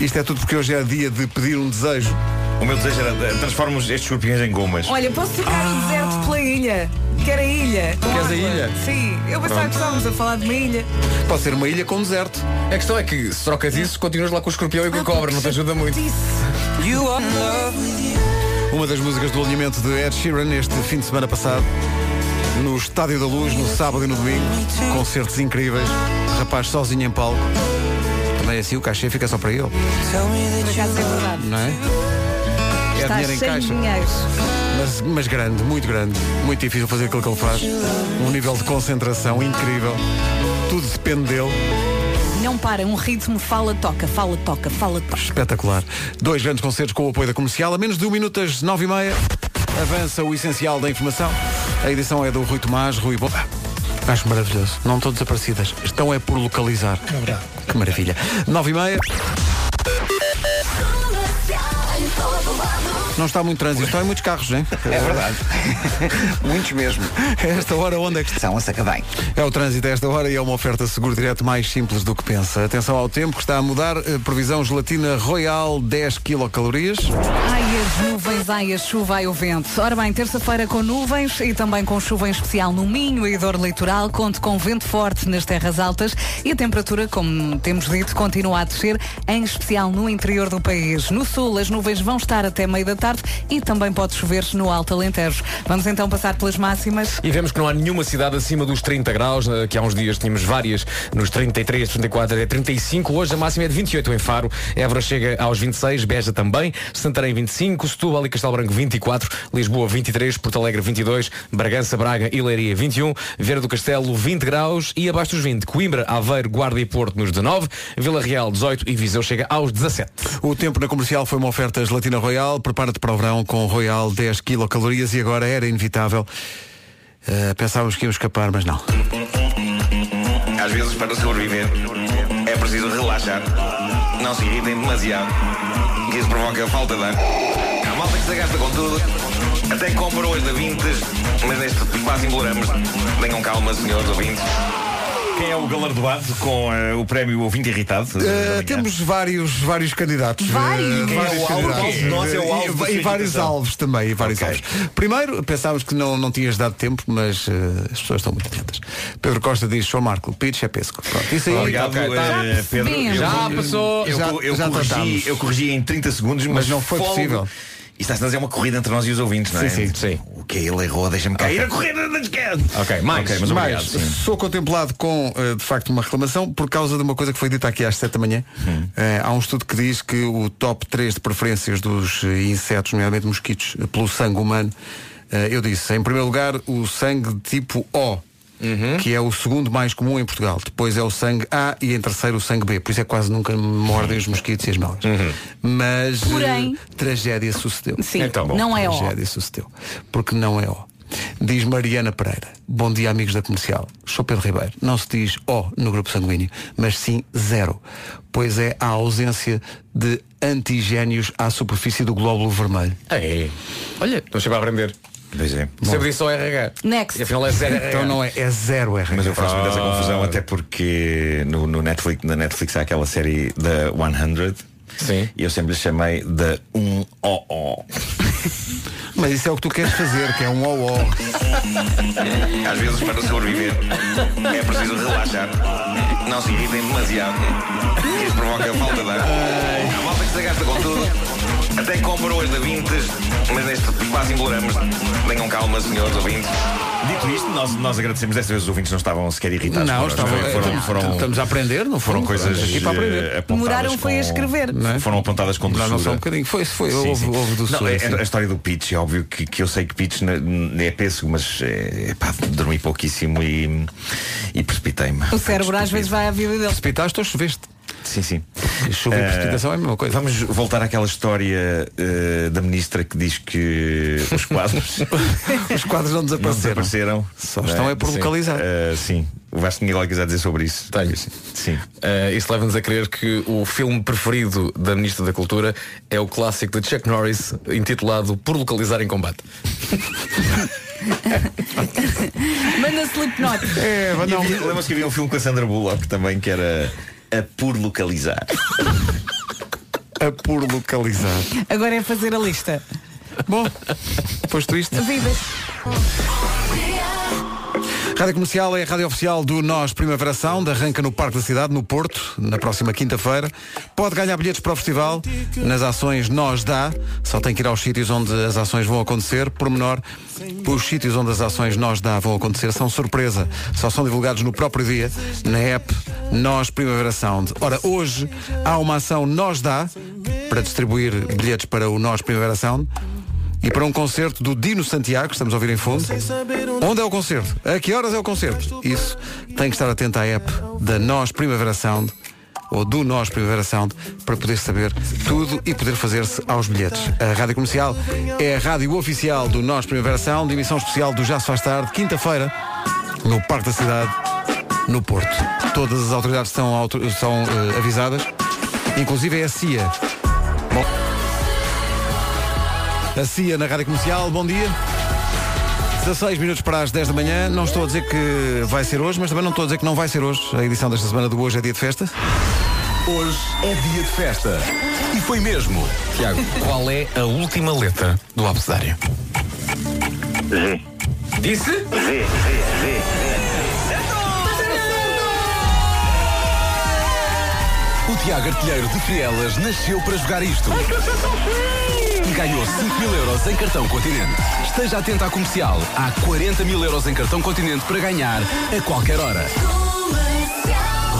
Isto é tudo porque hoje é dia de pedir um desejo.
O meu desejo era eh, transforma os- estes escorpiões em gomas.
Olha, posso ficar no deserto pela ilha? Quero a ilha. Com
Queres a
água.
ilha?
Sim, eu pensava
Pronto.
que estávamos a falar de uma ilha.
Pode ser uma ilha com deserto.
A questão é que se trocas isso, continuas lá com o escorpião e com a cobra, não te ajuda muito.
Uma das músicas do alinhamento de Ed Sheeran este fim de semana passado no Estádio da Luz, no sábado e no domingo. Concertos incríveis. Rapaz sozinho em palco. Também assim o cachê fica só para ele,
Por acaso é verdade.
não é? É
Está
dinheiro em
cheio de
caixa.
dinheiro.
Mas, mas grande, muito grande. Muito difícil fazer aquilo que ele faz. Um nível de concentração incrível. Tudo depende dele.
Não para, um ritmo fala, toca, fala, toca, fala, toca.
Espetacular. Dois grandes concertos com o apoio da comercial. A menos de um minuto às nove e meia avança o essencial da informação. A edição é do Rui Tomás, Rui Bo... Acho maravilhoso. Não estão desaparecidas. Estão é por localizar. Que maravilha. Nove e meia. Não está muito trânsito, estão em muitos carros, não é?
É verdade. Muitos mesmo.
Esta hora onde é que
são? A saca bem.
É o trânsito a esta hora e é uma oferta seguro direto mais simples do que pensa. Atenção ao tempo que está a mudar. Eh, Previsão gelatina Royal 10 quilocalorias.
Ai, as nuvens, ai, a chuva, ai, o vento. Ora bem, terça-feira com nuvens e também com chuva em especial no Minho e dor litoral. Conto com vento forte nas terras altas e a temperatura, como temos dito, continua a descer, em especial no interior do país. No sul, as nuvens vão estar até meio da tarde e também pode chover no Alto Alentejo. Vamos então passar pelas máximas.
E vemos que não há nenhuma cidade acima dos 30 graus, eh, que há uns dias tínhamos várias nos 33, 34 até 35. Hoje a máxima é de 28 em Faro, Évora chega aos 26, Beja também, Santarém 25, Setúbal e Castelo Branco 24, Lisboa 23, Porto Alegre 22, Bragança, Braga e Leiria 21, Vieira do Castelo 20 graus e abaixo dos 20, Coimbra, Aveiro, Guarda e Porto nos 19, Vila Real 18 e Viseu chega aos 17.
O tempo na comercial foi uma oferta gelatina Royal. Prepara-te para o verão com Royal 10 quilocalorias e agora era inevitável. Eh, pensávamos que íamos escapar, mas não.
Às vezes, para sobreviver, é preciso relaxar, não se irritem demasiado, que isso provoca falta de ar. A malta que se gasta com tudo, até compra hoje da Vintes, mas neste quase embolamos. Tenham calma, senhores ouvintes. Quem é o galardoado com eh, o prémio Ouvinte Irritado?
Eh, temos vários, vários candidatos.
Vários?
Eh,
Quem é o alvo?
candidatos.
Nós é o alvo
E-
da sua
E, vários
irritação.
alvos também. E vários alvos. Primeiro, pensávamos que não, não tinhas dado tempo, mas eh, as pessoas estão muito atentas. Pedro Costa diz, Sr. Marco, o pitch é pesco. Pronto, isso aí.
Obrigado,
Ok, tá.
eh, Pedro. Eu- eu- Eu,
Já-
eu
já tratámos.
corrigi, eu corrigi em 30 segundos, mas,
Mas não foi
fogo.
possível.
Isto às vezes é uma corrida entre nós e os ouvintes, não é?
Sim, sim,
O que ele errou, deixa-me cair a corrida. Ok, mais. Ok, mas obrigado, sim.
sou contemplado com, eh, de facto, uma reclamação por causa de uma coisa que foi dita aqui às 7 da manhã. Eh, há um estudo que diz que o top 3 de preferências dos eh, insetos, nomeadamente mosquitos, eh, pelo sangue humano, eh, eu disse, em primeiro lugar, o sangue de tipo O. Que é o segundo mais comum em Portugal. Depois é o sangue A e em terceiro o sangue B. Por isso é que quase nunca me mordem os mosquitos e as malas.
Uhum.
Mas eh,
Porém-
tragédia sucedeu.
Sim, Então, bom. não é O.
Tragédia sucedeu. Porque não é O. Diz Mariana Pereira. Bom dia, amigos da comercial. Sou Pedro Ribeiro. Não se diz O no grupo sanguíneo, mas sim zero. Pois é a ausência de antigénios à superfície do glóbulo vermelho.
É. Olha, estamos sempre a aprender.
Pois é.
Sempre disse só RH.
Next.
E afinal é zero RH.
Então não é, é zero RH.
Mas eu faço muita essa
Ah.
confusão até porque no, no Netflix, na Netflix há aquela série da 100 Sim. e eu sempre lhe chamei da 1 oo
Mas isso é o que tu queres fazer, que é um OO.
Às vezes para sobreviver é preciso relaxar. Não se irritem demasiado. Isso provoca falta de ar. A malta que se gasta com tudo. Até compram hoje da Vintes, mas neste quase imploramos. Tenham calma, senhores ouvintes. Dito isto, nós, nós agradecemos. Desta vez os ouvintes não estavam sequer irritados.
Não,
connosco. é?
estavam-
foram,
eh,
foram,
estamos a aprender,
foram
não foram?
coisas
Estamos aqui para aprender.
eh, apontadas
Demoraram foi a
com-
escrever.
Foram apontadas com
Não, é?
doçura.
não só um bocadinho. Foi, foi,
Sim,
houve,
sim.
houve do
Não,
sul,
é-
sim.
A história do pitch, é óbvio que, que eu sei que pitch na- n- é pêssego, mas é, pá, dormi pouquíssimo e, e precipitei-me.
O cérebro às vezes vai à vida dele.
Precipitaste ou choveste?
Sim, sim. Eh,
Chuva e precipitação é a mesma coisa.
Vamos voltar àquela história eh, da ministra que diz que os quadros
Os quadros não desapareceram.
Não desapareceram.
Só estão é por
Sim.
localizar.
Eh, sim. O Vasco tinha algo a dizer sobre isso. Tenho. Sim.
Eh, isso leva-nos a crer que o filme preferido da Ministra da Cultura é o clássico de Chuck Norris, intitulado Por Localizar em Combate.
Manda Slipknot.
É,
E havia- Lembra-se que havia um filme com a Sandra Bullock também que era a por localizar.
A por localizar.
Agora é fazer a lista.
Bom, posto isto.
Vivas.
Rádio Comercial é a rádio oficial do Nós Primaveração, de arranca no Parque da Cidade, no Porto, na próxima quinta-feira. Pode ganhar bilhetes para o festival nas ações Nós Dá. Só tem que ir aos sítios onde as ações vão acontecer. Por menor, os sítios onde as ações Nós Dá vão acontecer são surpresa. Só são divulgados no próprio dia, na app Nós Primavera Sound. Ora, hoje há uma ação Nós Dá para distribuir bilhetes para o Nós Primavera Sound. E para um concerto do Dino Santiago, que estamos a ouvir em fundo. Onde é o concerto? A que horas é o concerto? Isso tem que estar atento à app da Nós Primavera Sound ou do Nós Primavera Sound para poder saber tudo e poder fazer-se aos bilhetes. A Rádio Comercial é a rádio oficial do Nós Primavera Sound, emissão especial do Já se faz tarde, quinta-feira, no Parque da Cidade, no Porto. Todas as autoridades são, auto- são, eh, avisadas, inclusive é a CIA. Bom, a CIA na Rádio Comercial, bom dia. 16 minutos para as 10 da manhã. Não estou a dizer que vai ser hoje, mas também não estou a dizer que não vai ser hoje. A edição desta semana de hoje é dia de festa.
Hoje é dia de festa. E foi mesmo. Tiago, qual é a última letra do abecedário?
G.
Disse?
G, G, G.
O Tiago Artilheiro de Frielas nasceu para jogar isto. E ganhou 5 mil euros em cartão continente. Esteja atento à comercial. Há 40 mil euros em cartão continente para ganhar a qualquer hora.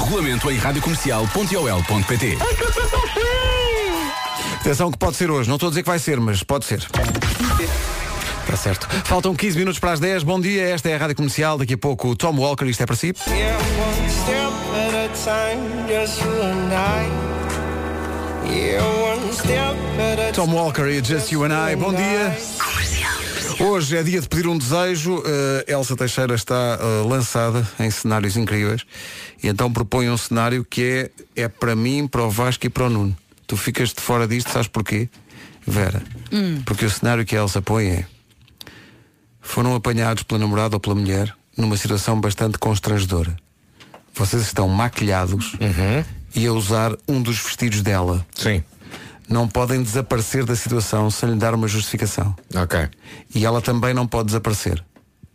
Regulamento em radiocomercial.ol.pt
Atenção que pode ser hoje. Não estou a dizer que vai ser, mas pode ser. Está certo. Faltam 15 minutos para as 10. Bom dia, esta é a Rádio Comercial. Daqui a pouco o Tom Walker, isto é para si.
Yeah, one step at a time, just you and I. Yeah, one step at a
Tom Walker e Just You and I. Bom dia. Hoje é dia de pedir um desejo. Eh, Elsa Teixeira está eh, lançada em cenários incríveis. E então propõe um cenário que é, é para mim, para o Vasco e para o Nuno. Tu ficas de fora disto, sabes porquê? Vera.
Hum.
Porque o cenário que a Elsa põe é foram apanhados pela namorada ou pela mulher numa situação bastante constrangedora. vocês estão maquilhados
Uhum.
e a usar um dos vestidos dela.
Sim.
Não podem desaparecer da situação sem lhe dar uma justificação.
Ok.
E ela também não pode desaparecer.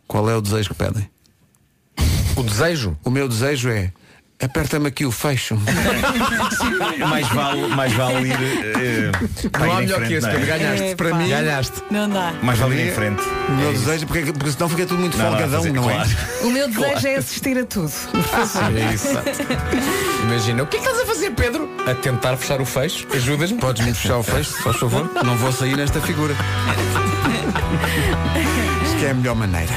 Qual é o desejo que pedem?
O desejo?
O meu desejo é aperta-me aqui o fecho.
mais vale, mais vale ir. eh,
Não há
ir em
melhor
frente,
que este,
não é?
Pedro. Ganhaste. Para mim, ganhaste.
Não
Ah.
dá.
Mais vale ir em frente.
O meu desejo, porque, porque senão fica tudo muito
Não, não dá
folgadão,
para
É não,
fazer,
é?
claro.
O meu desejo é assistir a tudo.
É isso. Imagina, o que é que estás a fazer, Pedro? A tentar fechar o fecho. Ajudas-me?
Podes-me fechar o fecho, se faz favor. Não vou sair nesta figura. Isto é a melhor maneira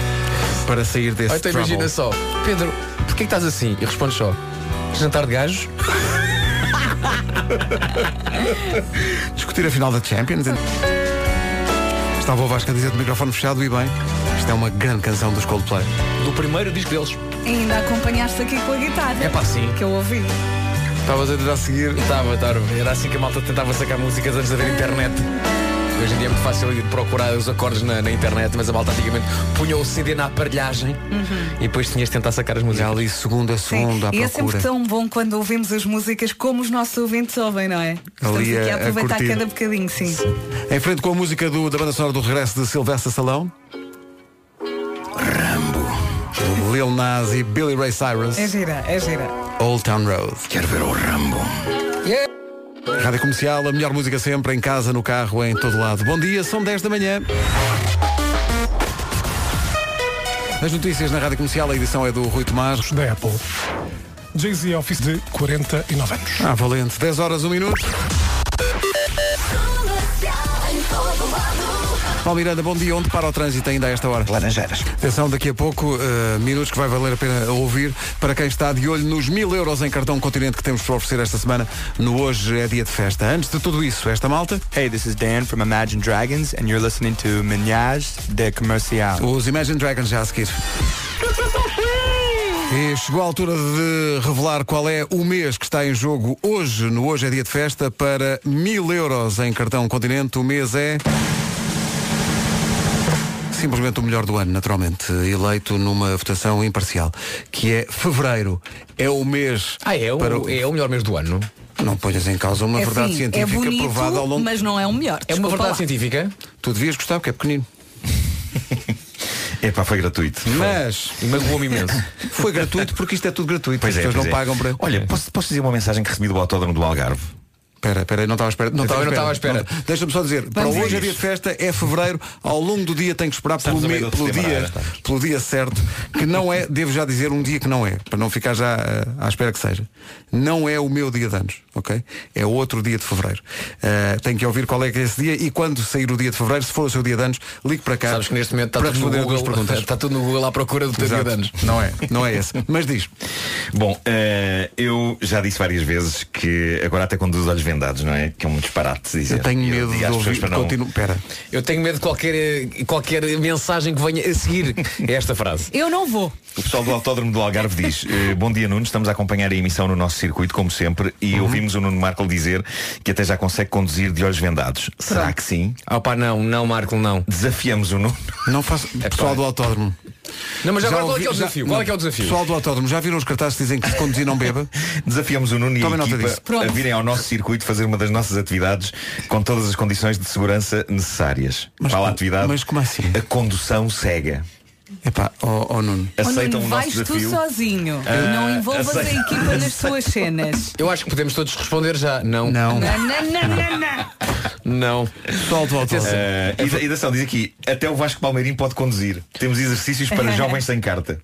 para sair desse
Ou então imagina
trouble.
só, Pedro, porquê que estás assim? E respondes só, jantar de gajos?
Discutir a final da Champions. Estava o Vasco a dizer de microfone fechado e bem. Isto é uma grande canção dos Coldplay.
Do primeiro disco deles.
E ainda acompanhaste aqui com a guitarra.
É pá, sim.
Que eu ouvi.
Estavas a tentar seguir? Estava, estava. Era assim que a malta tentava sacar músicas antes de haver internet. Hoje em dia é muito fácil ir procurar os acordes na, na internet, mas a malta antigamente punha o CD na aparelhagem e depois tinhas de tentar sacar as músicas.
É ali segunda, segunda, à
E é sempre
procura.
tão bom quando ouvimos as músicas como os nossos ouvintes ouvem, não é? Estamos
Ali
aqui
a-
a
a
aproveitar
curtir.
cada bocadinho, sim.
Em frente com a música do- da banda sonora do regresso de Silvestre Salão. Rambo. Lil Nas e Billy Ray Cyrus.
É gira, é gira.
Old Town Road. Quero ver o Rambo. Rádio Comercial, a melhor música sempre, em casa, no carro, em todo lado. Bom dia, são 10 da manhã. As notícias na Rádio Comercial, a edição é do Rui Tomás.
Da Apple. Jay-Z Office de 49 anos.
Ah, valente. 10 horas, 1 minuto. Paulo Miranda, bom dia. Onde para o trânsito ainda a esta hora?
Laranjeiras.
Atenção, daqui a pouco, eh, minutos que vai valer a pena ouvir para quem está de olho nos mil euros em cartão continente que temos para oferecer esta semana no Hoje é Dia de Festa. Antes de tudo isso, esta malta.
Hey, this is Dan from Imagine Dragons, and you're listening to Menage de Comercial.
Os Imagine Dragons já a seguir. E chegou a altura de revelar qual é o mês que está em jogo hoje, no Hoje é Dia de Festa, para mil euros em cartão continente. O mês é. Simplesmente o melhor do ano, naturalmente, eleito numa votação imparcial, que é fevereiro. É o mês.
Ah, é o,
para o-
é o melhor mês do ano.
Não ponhas em causa uma
é
verdade
sim,
científica
é bonito,
provada ao longo.
mas não é o melhor.
É uma
desculpa
verdade
lá.
científica?
Tu devias gostar porque é pequenino.
Epá, foi gratuito.
Mas.
Magoou-me imenso.
Foi gratuito porque isto é tudo gratuito. As pessoas
é.
não pagam para. É.
Olha, posso, posso dizer uma mensagem que recebi do Autódromo do Algarve?
Espera, espera, não estava à espera. Não estava à espera. Não- Deixa-me só dizer, para
dizer
hoje é dia de festa, é fevereiro, ao longo do dia tem que esperar pelo,
Estamos a
me-
meio do
pelo
sistema, não é?
dia,
Estamos.
pelo dia certo, que não é, devo já dizer, um dia que não é, para não ficar já eh, à espera que seja. Não é o meu dia de anos, ok? É outro dia de fevereiro. Eh, tem que ouvir qual é que é esse dia e quando sair o dia de fevereiro, se for o seu dia de anos, ligue para cá.
Sabes que neste momento está
para
tudo, no
responder as duas
Google,
perguntas.
está tudo no Google à procura do teu dia
Exato.
de anos.
Não é, não é esse. Mas diz.
Bom, eh, eu já disse várias vezes que agora até com os olhos vendados, não é? Que é um disparate dizer.
Eu tenho medo
digo
de
às pessoas
ouvir.
para não-
Continuo, pera.
Eu tenho medo de qualquer, eh, qualquer mensagem que venha a seguir a esta frase.
Eu não vou.
O pessoal do Autódromo do Algarve diz eh, Bom dia Nuno, estamos a acompanhar a emissão no nosso circuito como sempre e
Uhum.
ouvimos o Nuno Marco dizer que até já consegue conduzir de olhos vendados Será que sim?
Ah pá, não, não Marco, não
Desafiamos o Nuno
Não faço. Pessoal do autódromo.
É Não, mas
Já
agora qual é
ouvi-
que é o
já-
desafio? Qual é que é o
não.
desafio?
Pessoal do autódromo, já viram os cartazes que dizem que se conduzir não beba?
Desafiamos o Nuno e a
Tomem nota disso.
equipa a
Pronto.
virem ao nosso circuito fazer uma das nossas atividades com todas as condições de segurança necessárias Qual a atividade? Mas
como assim?
A condução cega
Epá, ó oh, Nuno
Aceitam
Oh, Nuno,
o um nosso
vais
desafio
tu sozinho.
Ah,
não envolvas a
aceito.
equipa nas suas cenas.
Eu acho que podemos todos responder já. Não.
Não.
Não, não, não, não, não.
Não.
Pessoal do
Atenção.
Eh,
É
e da- e dação diz aqui, até o Vasco Palmeirim pode conduzir. Temos exercícios para jovens sem carta.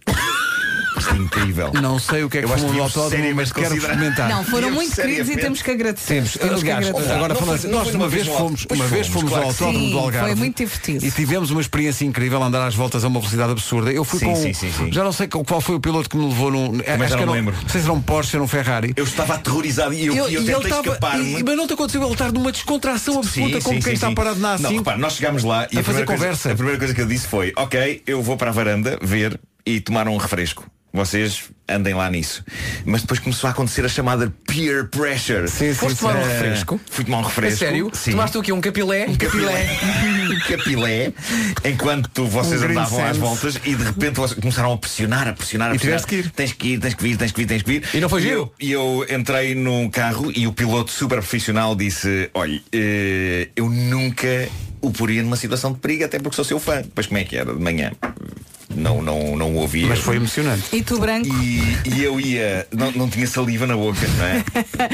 Isto é incrível.
Não sei o que é que
Eu acho
fumam
que
no
devíamos
autódromo, mas
seriamente
quero
considerar.
experimentar.
Não, foram
Devíamos
muito queridos e
seriamente-
temos que agradecer.
Temos,
Temos que
aliás,
agradecer.
agora
Não
falando,
foi- não
nós
foi
uma
numa
vez
vez no auto-
fomos,
Pois
uma vez
fomos,
fomos ao
claro que sim.
autódromo do
Sim,
Algarve.
foi muito divertido.
E tivemos uma experiência incrível a andar às voltas a uma velocidade absurda. Eu fui
Sim,
com um
sim, sim, sim.
já não sei qual qual foi o piloto que me levou num, acho
já
que
não
era um-
lembro.
Não sei se era um Porsche, era um Ferrari.
Eu estava aterrorizado e eu,
Eu-
e eu
e ele
tentei
estava-
escapar-me.
e- mas não te aconteceu ele estar numa descontração absoluta como quem está parado na
Não,
A5
repara, nós chegámos lá e
a
a,
fazer
primeira
conversa.
Coisa, a primeira coisa que eu disse foi, ok, eu vou para a varanda ver e tomar um refresco. Vocês andem lá nisso. Mas depois começou a acontecer a chamada peer pressure. Sim,
Foste tomar um
É.
refresco?
Fui tomar um refresco.
A sério?
Sim.
Tomaste o quê? Um capilé? Um
capilé. Um capilé enquanto vocês
Um green
andavam às
sense.
voltas e de repente vocês começaram a pressionar, a pressionar, a
E
pressionar.
tiveste que ir.
Tens que ir, tens que vir, tens que vir, tens que vir. E não foi giro? E eu, entrei num carro e o piloto super profissional disse, olha, eh, eu nunca o poria numa situação de perigo, até porque sou seu fã. Pois como é que era de manhã? Não, não, não o ouvia. Mas foi
emocionante.
E tu branco?
E, e eu ia, não, não tinha saliva na boca, não é?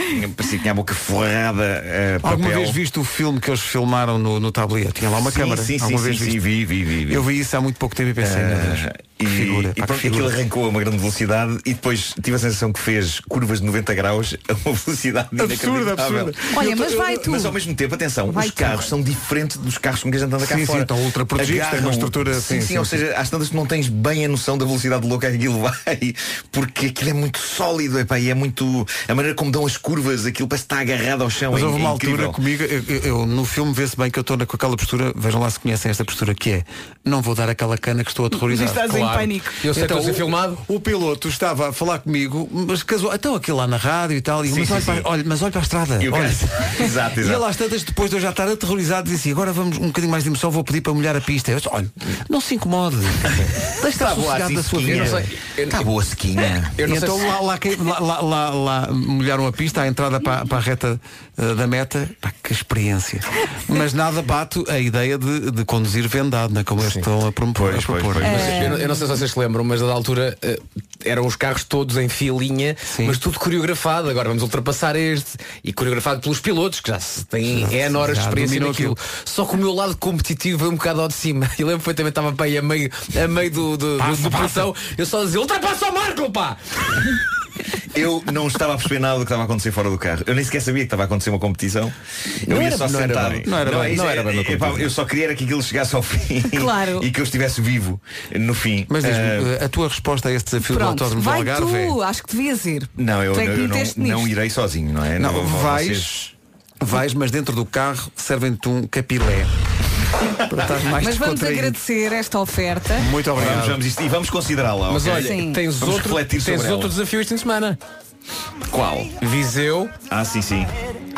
Tinha- Parecia que tinha a boca forrada a é papel.
Alguma vez viste o filme que eles filmaram no, no tablier? Tinha lá uma
Sim,
câmara.
sim, sim,
Alguma
sim,
vez
sim,
viste?
vi, vi, vi, vi.
Eu vi isso há muito pouco tempo e pensei, meu Deus,
Ah,
que
e,
figura.
e
pá, que
pronto,
figura.
aquilo arrancou a uma grande velocidade e depois tive a sensação que fez curvas de 90 graus a uma velocidade
Absurda,
inacreditável.
absurda.
Olha,
Eu tô-
mas
eu-
vai tu.
Mas ao mesmo tempo, atenção,
Vai
os
tu.
carros são diferentes dos carros com que a gente anda cá
Sim, sim,
fora.
estão ultra protegidos, têm uma
Agarram-
estrutura-
Sim,
sim,
sim,
sim,
ou
sim.
seja, às tantas tu não tens bem a noção da velocidade louca que aquilo vai, porque aquilo é muito sólido, epá, e é muito. A maneira como dão as curvas, aquilo parece que está agarrado ao chão.
Mas
é-
houve uma
é
altura
incrível.
comigo, eu, eu- eu- no filme vê-se bem que eu estou na- com aquela postura, vejam lá se conhecem esta postura, que é não vou dar aquela cana que estou aterrorizado. Então,
Mas estás em Claro. pânico. Eu sei que estou a ser
o- O piloto estava a falar comigo, mas casou, então aquilo lá na rádio e tal, e, eu,
Sim,
mas,
sim,
olha
sim.
Para, olha, mas olha para a estrada.
E o cara-
olha.
Exato,
E
exato.
ele às tantas, depois de eu já estar aterrorizado, disse assim, agora vamos um bocadinho mais de emoção, vou pedir para molhar a pista. Eu disse, olha, não se incomode. Deixa
Está
estar
boa
sossegado
assim,
da sua
sequinha.
vida.
Eu- Está boa sequinha.
E então lá, lá, que- lá- lá- lá- lá molharam a pista, à entrada para, para a reta eh, da meta, Pá, que experiência. Mas nada bato a ideia de, de conduzir vendado, né, como eles estão a propor. a propor.
eh,
É.
Mas eu, não- eu não sei se vocês se lembram, mas da altura eh, eram os carros todos em filinha, mas tudo coreografado. Agora vamos ultrapassar este e coreografado pelos pilotos, que já se têm
Já-
N horas de
já
é experiência
dominou
naquilo. Só que o meu lado competitivo veio um bocado ao de cima. E lembro perfeitamente, estava bem a meio, a meio do, do, do- do pressão, eu só dizia ultrapassa o Marco, pá!
Eu não estava a perceber nada do que estava a acontecer fora do carro. Eu nem sequer sabia que estava a acontecer uma competição. Eu
Não
ia
era-
só
não era
sentado.
bem, não era bem,
é isso,
não era
é-
bem uma
epá,
competição.
Eu só queria era que aquilo chegasse ao fim
Claro.
e que eu estivesse vivo no fim.
Mas diz-me,
Ah,
eh, a tua resposta a este desafio do
Pronto,
Autódromo do
vai
Algarve é-
tu, acho que devias ir.
não, eu,
Tu é que
eu não,
meteste
não
nisto.
irei sozinho, não é?
Não,
Vou- vou-
vais,
vocês-
vais, mas dentro do carro servem-te um capilé. para estar mais
Mas vamos
descontraído.
agradecer esta oferta.
Muito obrigado.
Vamos, vamos isto- e vamos considerá-la.
Mas
ok?
olha,
Sim.
tens
vamos
outro-
refletir
tens
sobre
outro
ela.
desafio este fim de semana.
Qual?
Viseu.
Ah, sim, sim.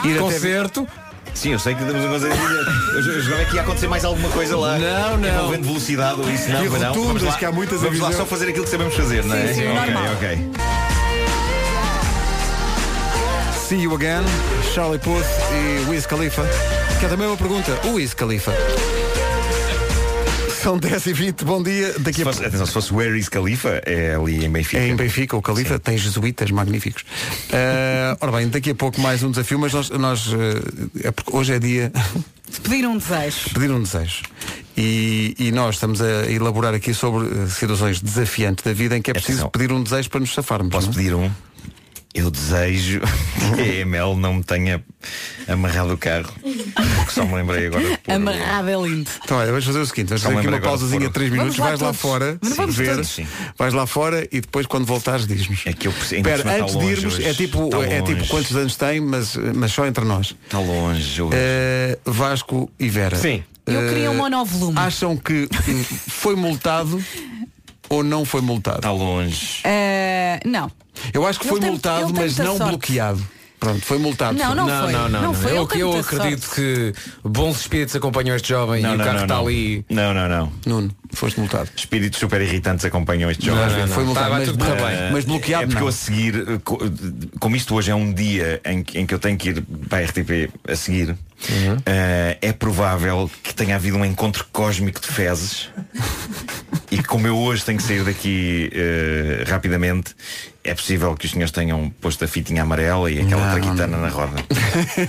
Ir até- Concerto.
Sim, eu sei que temos uma coisa a dizer. Eu ju- jogava que ia acontecer mais alguma coisa lá.
Não, não.
Envolvendo velocidade ou isso. Não,
E
mas não.
rotundas,
Vamos lá,
que há muitas a
vamos lá
dizer.
só fazer aquilo que sabemos fazer, não é?
Sim, sim,
ok,
normal.
ok.
See You Again, Charlie Puth e Wiz Khalifa. Que é também uma pergunta. O Wiz Khalifa. São 10 e 20 bom dia. Daqui
se fosse, Atenção, se fosse o Aries Khalifa, é ali em Benfica.
É em Benfica, o Califa tem jesuítas magníficos. Ah, ora bem, daqui a pouco mais um desafio, mas nós, nós, eh, é porque hoje é dia
Te pedir um desejo.
de pedir um desejo. E, e nós estamos a elaborar aqui sobre eh, situações desafiantes da vida em que é preciso pedir um desejo para nos safarmos. Posso
pedir um? Eu desejo que a EML não me tenha amarrado o carro. Que só me lembrei agora. de pôr o-
Amarrado é lindo.
Então olha, vamos fazer o seguinte, vamos
Só
fazer aqui
lembrei agora
uma
de
pausazinha
pôr
de
o-
3
Vamos
minutos,
lá
vais lá
todos.
fora,
Mas vamos
ver,
todos.
vais lá fora e depois quando voltares diz-nos.
É que eu preciso. ainda por cima
Espera,
está
antes de
longe
irmos,
hoje.
é tipo,
Está
é tipo
longe.
quantos anos tem, mas, mas só entre nós.
Está longe hoje.
Eh, Vasco e Vera.
Sim.
Eu
Eh,
queria um monovolume.
Acham que hum, foi multado ou não foi multado? Está
longe.
Eh, não.
Eu acho que
Ele
foi
tem-
multado,
ele tem
mas
muita
não
sorte.
bloqueado. Pronto, foi multado.
Não, não foi.
não, não,
Não
não.
foi, um
Eu,
ele tem
eu
muita
acredito que bons espíritos acompanham este jovem
Não,
e o
não,
carro
não,
está
não.
ali.
Não, não, não.
Nuno, foste multado.
Espíritos super irritantes acompanham este
Não,
jogo.
não, não. Foi multado, Tá, vai mas- tudo correr bem.
Eh,
Mas bloqueado,
É porque
não.
eu a seguir, eh, co- como isto hoje é um dia em, que- em que eu tenho que ir para a RTP a seguir,
Uhum.
eh, é provável que tenha havido um encontro cósmico de fezes. e como eu hoje tenho que sair daqui eh, rapidamente, é possível que os senhores tenham posto a fitinha amarela e aquela traquitana na roda.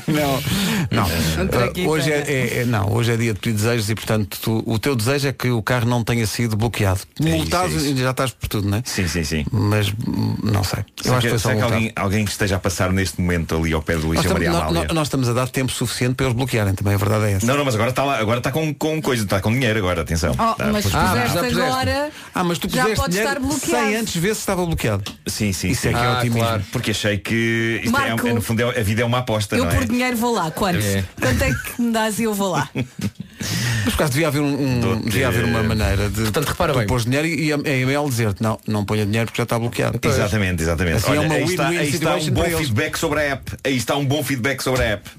não, não.
Um
Eh, hoje é, é- é- não. Hoje é dia de pedir desejos e, portanto, tu- o teu desejo é que o carro não tenha sido bloqueado. multado
isso, é isso.
já estás por tudo, não é?
Sim, sim, sim.
Mas hum, não sei. Eu
Será
acho que
que, será
foi só
que
multado.
alguém, alguém que esteja a passar neste momento ali ao pé do
Nós
Liceu
estamos,
Maria
nó-
Amália?
nó- nós estamos a dar tempo suficiente para eles bloquearem, também a verdade é essa.
Não, não, mas agora está lá, agora está com, com coisa, está com dinheiro agora, atenção.
Oh,
Tá,
mas
pois-
Ah, puseste já puseste. agora, Ah, mas tu já puseste pode dinheiro estar bloqueado. sem antes ver se estava bloqueado.
Sim, sim.
Isso
sim.
é que é Ah, otimismo.
Claro. Porque achei que isto é-
Marco,
é, no fundo é- a vida é uma aposta,
Eu
não é?
por dinheiro vou lá. Quanto?
É.
Quanto é que me dás e eu vou lá?
Mas por acaso devia haver, um, um- devia haver uma maneira de Portanto, repara bem. pôs dinheiro e e a a EML dizer-te não, não ponha dinheiro porque já está bloqueado.
Exatamente, exatamente.
Assim,
Olha,
é uma
aí,
win-win
está, aí está um
situation
bom
para eles.
feedback sobre a app. Aí está um bom feedback sobre a app.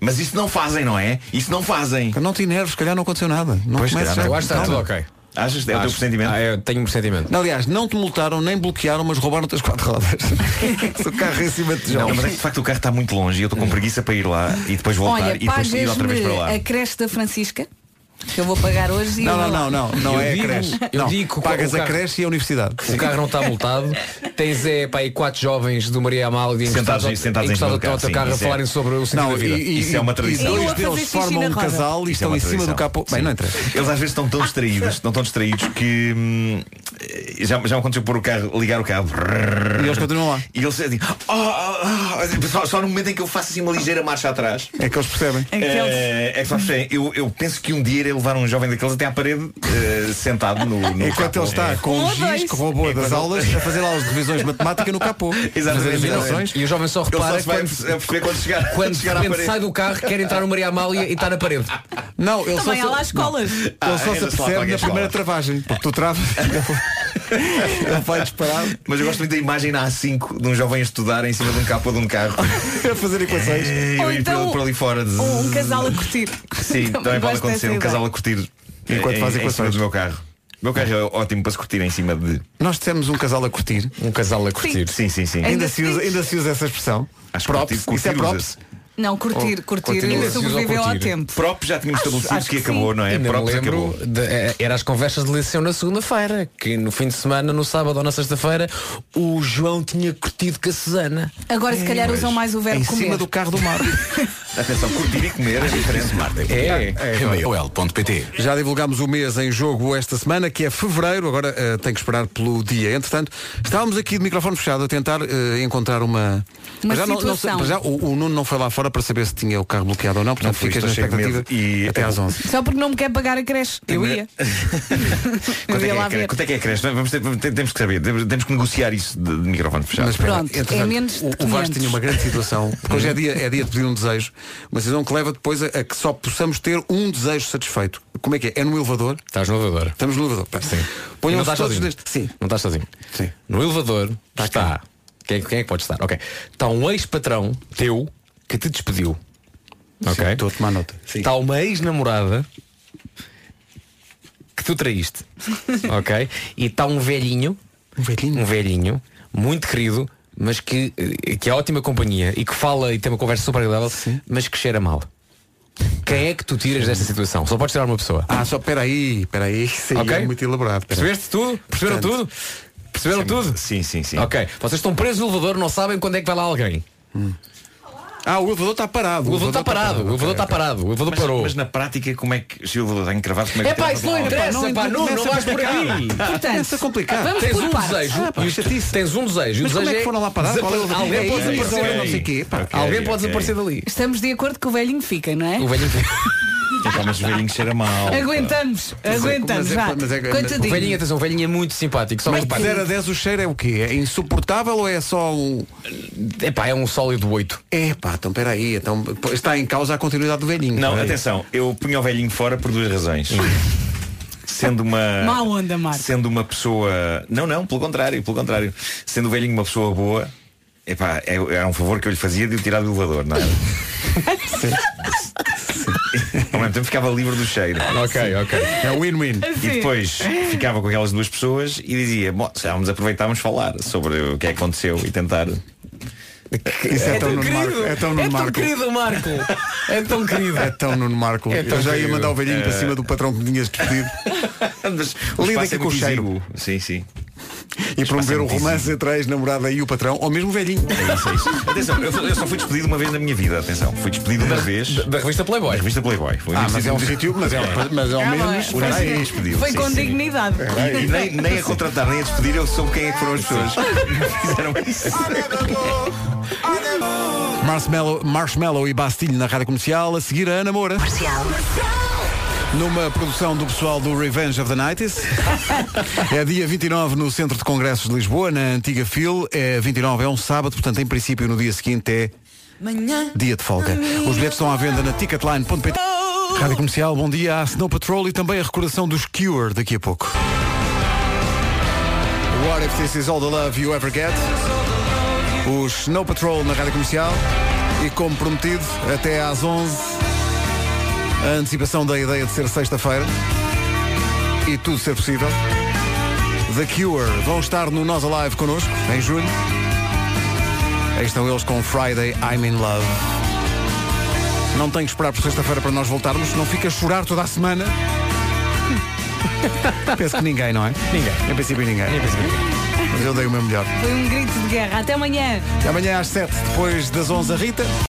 Mas isso não fazem, não é? Isso não fazem.
Não te nervos, se calhar não aconteceu nada. Não
Pois,
comeces
se calhar
já-
não. Eu acho que está tudo
Calma.
ok. Achas? É o teu
Acho-
pressentimento?
Ah,
eu tenho um pressentimento.
Aliás, não te multaram, nem bloquearam, mas roubaram-te as quatro rodas. Se o carro é em cima de
Não,
tijolos.
mas é que de facto o carro está muito longe e eu estou com preguiça para ir lá e depois voltar
Olha,
e depois ir outra vez para lá.
é
pagas-me a creche da Francisca, que eu vou pagar hoje e
Não,
eu
não,
vou
não,
lá.
não, não
Eu
é
digo-
a creche.
eu
não,
digo que o
pagas a
carro-
creche e a universidade.
O carro não está multado. Tens é pá, aí quatro jovens do Maria Amália
Sentados
encostados,
em- sentados em
encostados
cima
ao
do carro,
teu
sim,
carro a
isso é-
falarem sobre o sentido
Não,
da vida.
e- e- Isso é uma tradição.
E
Eu
dois
a fazer
deles
xixi na
formam um
roda.
casal e
Isso é
estão
uma
em cima do
tradição.
capô. Bem,
Sim.
não interessa.
Eles às vezes estão tão distraídos, estão tão distraídos que hum, já, já me aconteceu pôr o carro, ligar o carro.
E eles continuam lá.
E eles dizem, "Oh, oh, oh", só, só no momento em que eu faço assim uma ligeira marcha atrás.
É que eles percebem.
É, é que só percebem. eu, eu penso que um dia irei levar um jovem daqueles até à parede eh, sentado no, no
Enquanto
capô.
ele está com
Um
o giz que roubou das aulas a fazer aulas de revisões de matemática no capô. Fazer as
É Exatamente.
ligações.
E o jovem só
Ele
repara
só se vai
É
a perceber quando chegar-
quando
quando
de
chegar à
repente
parede.
sai do carro, quer entrar no Maria Amália e está na parede.
Não, ele
Também
só
há lá escolas.
Não. Ele
Ah,
só se
ainda se lá
apercebe
paga
na
as
primeira travagem. Porque tu travas. Ele vai disparar.
Mas eu gosto muito da imagem na A5 de um jovem a estudar em cima de um capô de um carro. É,
a fazer equações.
Eu ir por, por ali fora. de-
Ou então um casal a curtir.
Sim, também pode
gosto
acontecer.
dessa
Um
ideia.
casal a curtir
Enquanto
em,
faz
em cima
equações.
do meu carro. O meu carro é ótimo para se curtir em cima de.
Nós temos um casal a curtir.
Um casal a
curtir. Sim, sim, sim.
Ainda se usa, ainda se usa essa expressão.
Acho que
Props.
curtir-
Isso é
curtir
props.
Não, curtir,
Ou-
curtir,
continua.
sobreviveu ao tempo.
Prop já tínhamos estabelecido
acho
que,
que
acabou,
sim.
não é?
Ainda me
Props
lembro
acabou.
de- eh, era as conversas de liceu na segunda-feira, que no fim de semana, no sábado ou na sexta-feira, o João tinha curtido com a Susana.
Agora
É,
se calhar usam mais É o verbo
Em
comer.
cima do
carro do mar.
Atenção, curtir e comer é diferente, Marta.
É, é.
ol.pt
Já divulgámos o mês em jogo esta semana, que é fevereiro, agora eh, tem que esperar pelo dia. Entretanto, estávamos aqui de microfone fechado a tentar eh, encontrar uma.
Uma
Mas já não- não sei-
situação.
mas já o, o Nuno não foi lá fora para saber se tinha o carro bloqueado ou não, portanto
fui,
ficas na
estou cheio de
expectativa até às 11.
Só porque não me quer pagar a creche. Eu ia. Eu
Quanto é,
ia
que é
lá
a creche?
ver.
Quanto é que é a creche? Vamos ter- vamos ter- temos que saber, temos, temos que negociar isso de, de microfone fechado.
Mas espera,
Pronto, é
entretanto,
menos de
o, o
500.
Vasco tinha uma grande situação, porque hoje é dia, é dia de pedir um desejo, uma situação que leva depois a, a que só possamos ter um desejo satisfeito. Como é que é? É no elevador?
Estás no elevador.
Estamos no elevador. Sim.
E não
Ponham-se
estás
todos
sozinho.
neste. Sim.
Não estás sozinho. No elevador está. Quem, é- quem é que pode estar? Ok. Está um ex-patrão teu que te despediu. Ok. Estou
a tomar nota.
Está uma ex-namorada que tu traíste. ok. E está um velhinho.
Um velhinho.
Um velhinho, muito querido, mas que, eh, que é ótima companhia e que fala e tem uma conversa super agradável, mas que cheira mal. Quem é que tu tiras desta situação? Só podes tirar uma pessoa.
Ah, só peraí, peraí, isso aí
Ok.
é muito elaborado. peraí.
Percebeste tudo? Perceberam
Portanto,
tudo? Perceberam tudo?
Sim, sim, sim.
Ok. Vocês estão presos no elevador, não sabem quando é que vai lá alguém.
Hum. Ah, o elevador está parado.
O elevador
tá
está parado. O elevador está parado. O elevador
Mas-
parou.
Mas na prática, como é que se o elevador está encravado, como é que
É pá,
tens
isso não
razão?
interessa,
Epá,
pá, não, não
interessa
vais por
para cá.
aí.
Portanto, é complicado. vamos
tens
por
um
partes.
desejo.
Ah, pá,
e o- tens um desejo. e o
Mas como
desejo
é que foram lá parar? Qual é o
desapare-
elevador?
Alguém
É
pode
isso,
desaparecer.
é não sei quê, pá.
Alguém
Ok,
pode
ok.
desaparecer dali.
Estamos de acordo que o velhinho fica, não é?
O velhinho
Epá, mas o velhinho cheira mal.
Aguentamos,
Mas é-
aguentamos,
mas é-
vá.
mas é- mas-
Coitadinho.
O velhinho, atenção, o velhinho é muito simpático. Só
Mas
um
de
reparo.
0 a 10 o cheiro é o quê? É insuportável ou é só um.
Epá, é um sólido 8.
Epá, então peraí, então está em causa a continuidade do velhinho.
Não, é?
peraí.
atenção, eu punho o velhinho fora por duas razões. Sendo uma.
Má onda, Marco.
Sendo uma pessoa. Não, não, pelo contrário, pelo contrário. Sendo o velhinho uma pessoa boa, epá, é- era um favor que eu lhe fazia de o tirar do elevador, não é? era? Ao mesmo tempo ficava livre do cheiro.
Ok, ok.
É um win-win.
E depois ficava com aquelas duas pessoas e dizia, bom, se vamos aproveitar, vamos falar sobre o que é que aconteceu e tentar.
Isso é, tão Nuno Marco. É tão Nuno Marco.
Marco. É tão querido.
É tão Nuno Marco.
É tão
Eu já ia
querido.
mandar o velhinho para
É.
cima do patrão que me tinhas despedido
Mas
Lida
espaço
aqui com o
muito
cheiro.
exíguo. Sim, sim.
e promover o
muito
romance entre a ex-namorada e o patrão, ou mesmo o velhinho.
É isso, é isso. Atenção, eu, eu só fui despedido uma vez na minha vida, atenção. Fui despedido uma vez.
Da revista Playboy.
Da revista Playboy. Foi
Ah,
o
mas é um
único-
sítio, mas é, mas ao
Ah,
menos.
bom, é.
espera aí.
Foi- despediu,
Foi
sim,
com
sim.
dignidade.
E, e nem, nem a contratar, nem a despedir, eu soube quem é que foram as pessoas. que Fizeram isso.
Marshmallow, Marshmallow e Bastilho na rádio comercial. A seguir, a Ana Moura. Numa produção do pessoal do Revenge of the Nights. é dia 29 no Centro de Congressos de Lisboa, na antiga FIL. É 29 é um sábado, portanto, em princípio, no dia seguinte é
Manhã.
dia de folga. Os bilhetes estão à venda na ticketline.pt. Rádio Comercial, bom dia à Snow Patrol e também a recordação dos Cure daqui a pouco. What if this is all the love you ever get? Os Snow Patrol na Rádio Comercial e como prometido, até às 11 a antecipação da ideia de ser sexta-feira e tudo ser possível. The Cure vão estar no Nós Alive connosco em julho. Aí estão eles com Friday I'm in Love. Não tenho que esperar por sexta-feira para nós voltarmos, não fica a chorar toda a semana. Penso que ninguém, não é? Ninguém. Em princípio ninguém. Mas eu dei o meu melhor.
Foi um grito de guerra. Até amanhã.
Amanhã às 7, depois das 11 a Rita.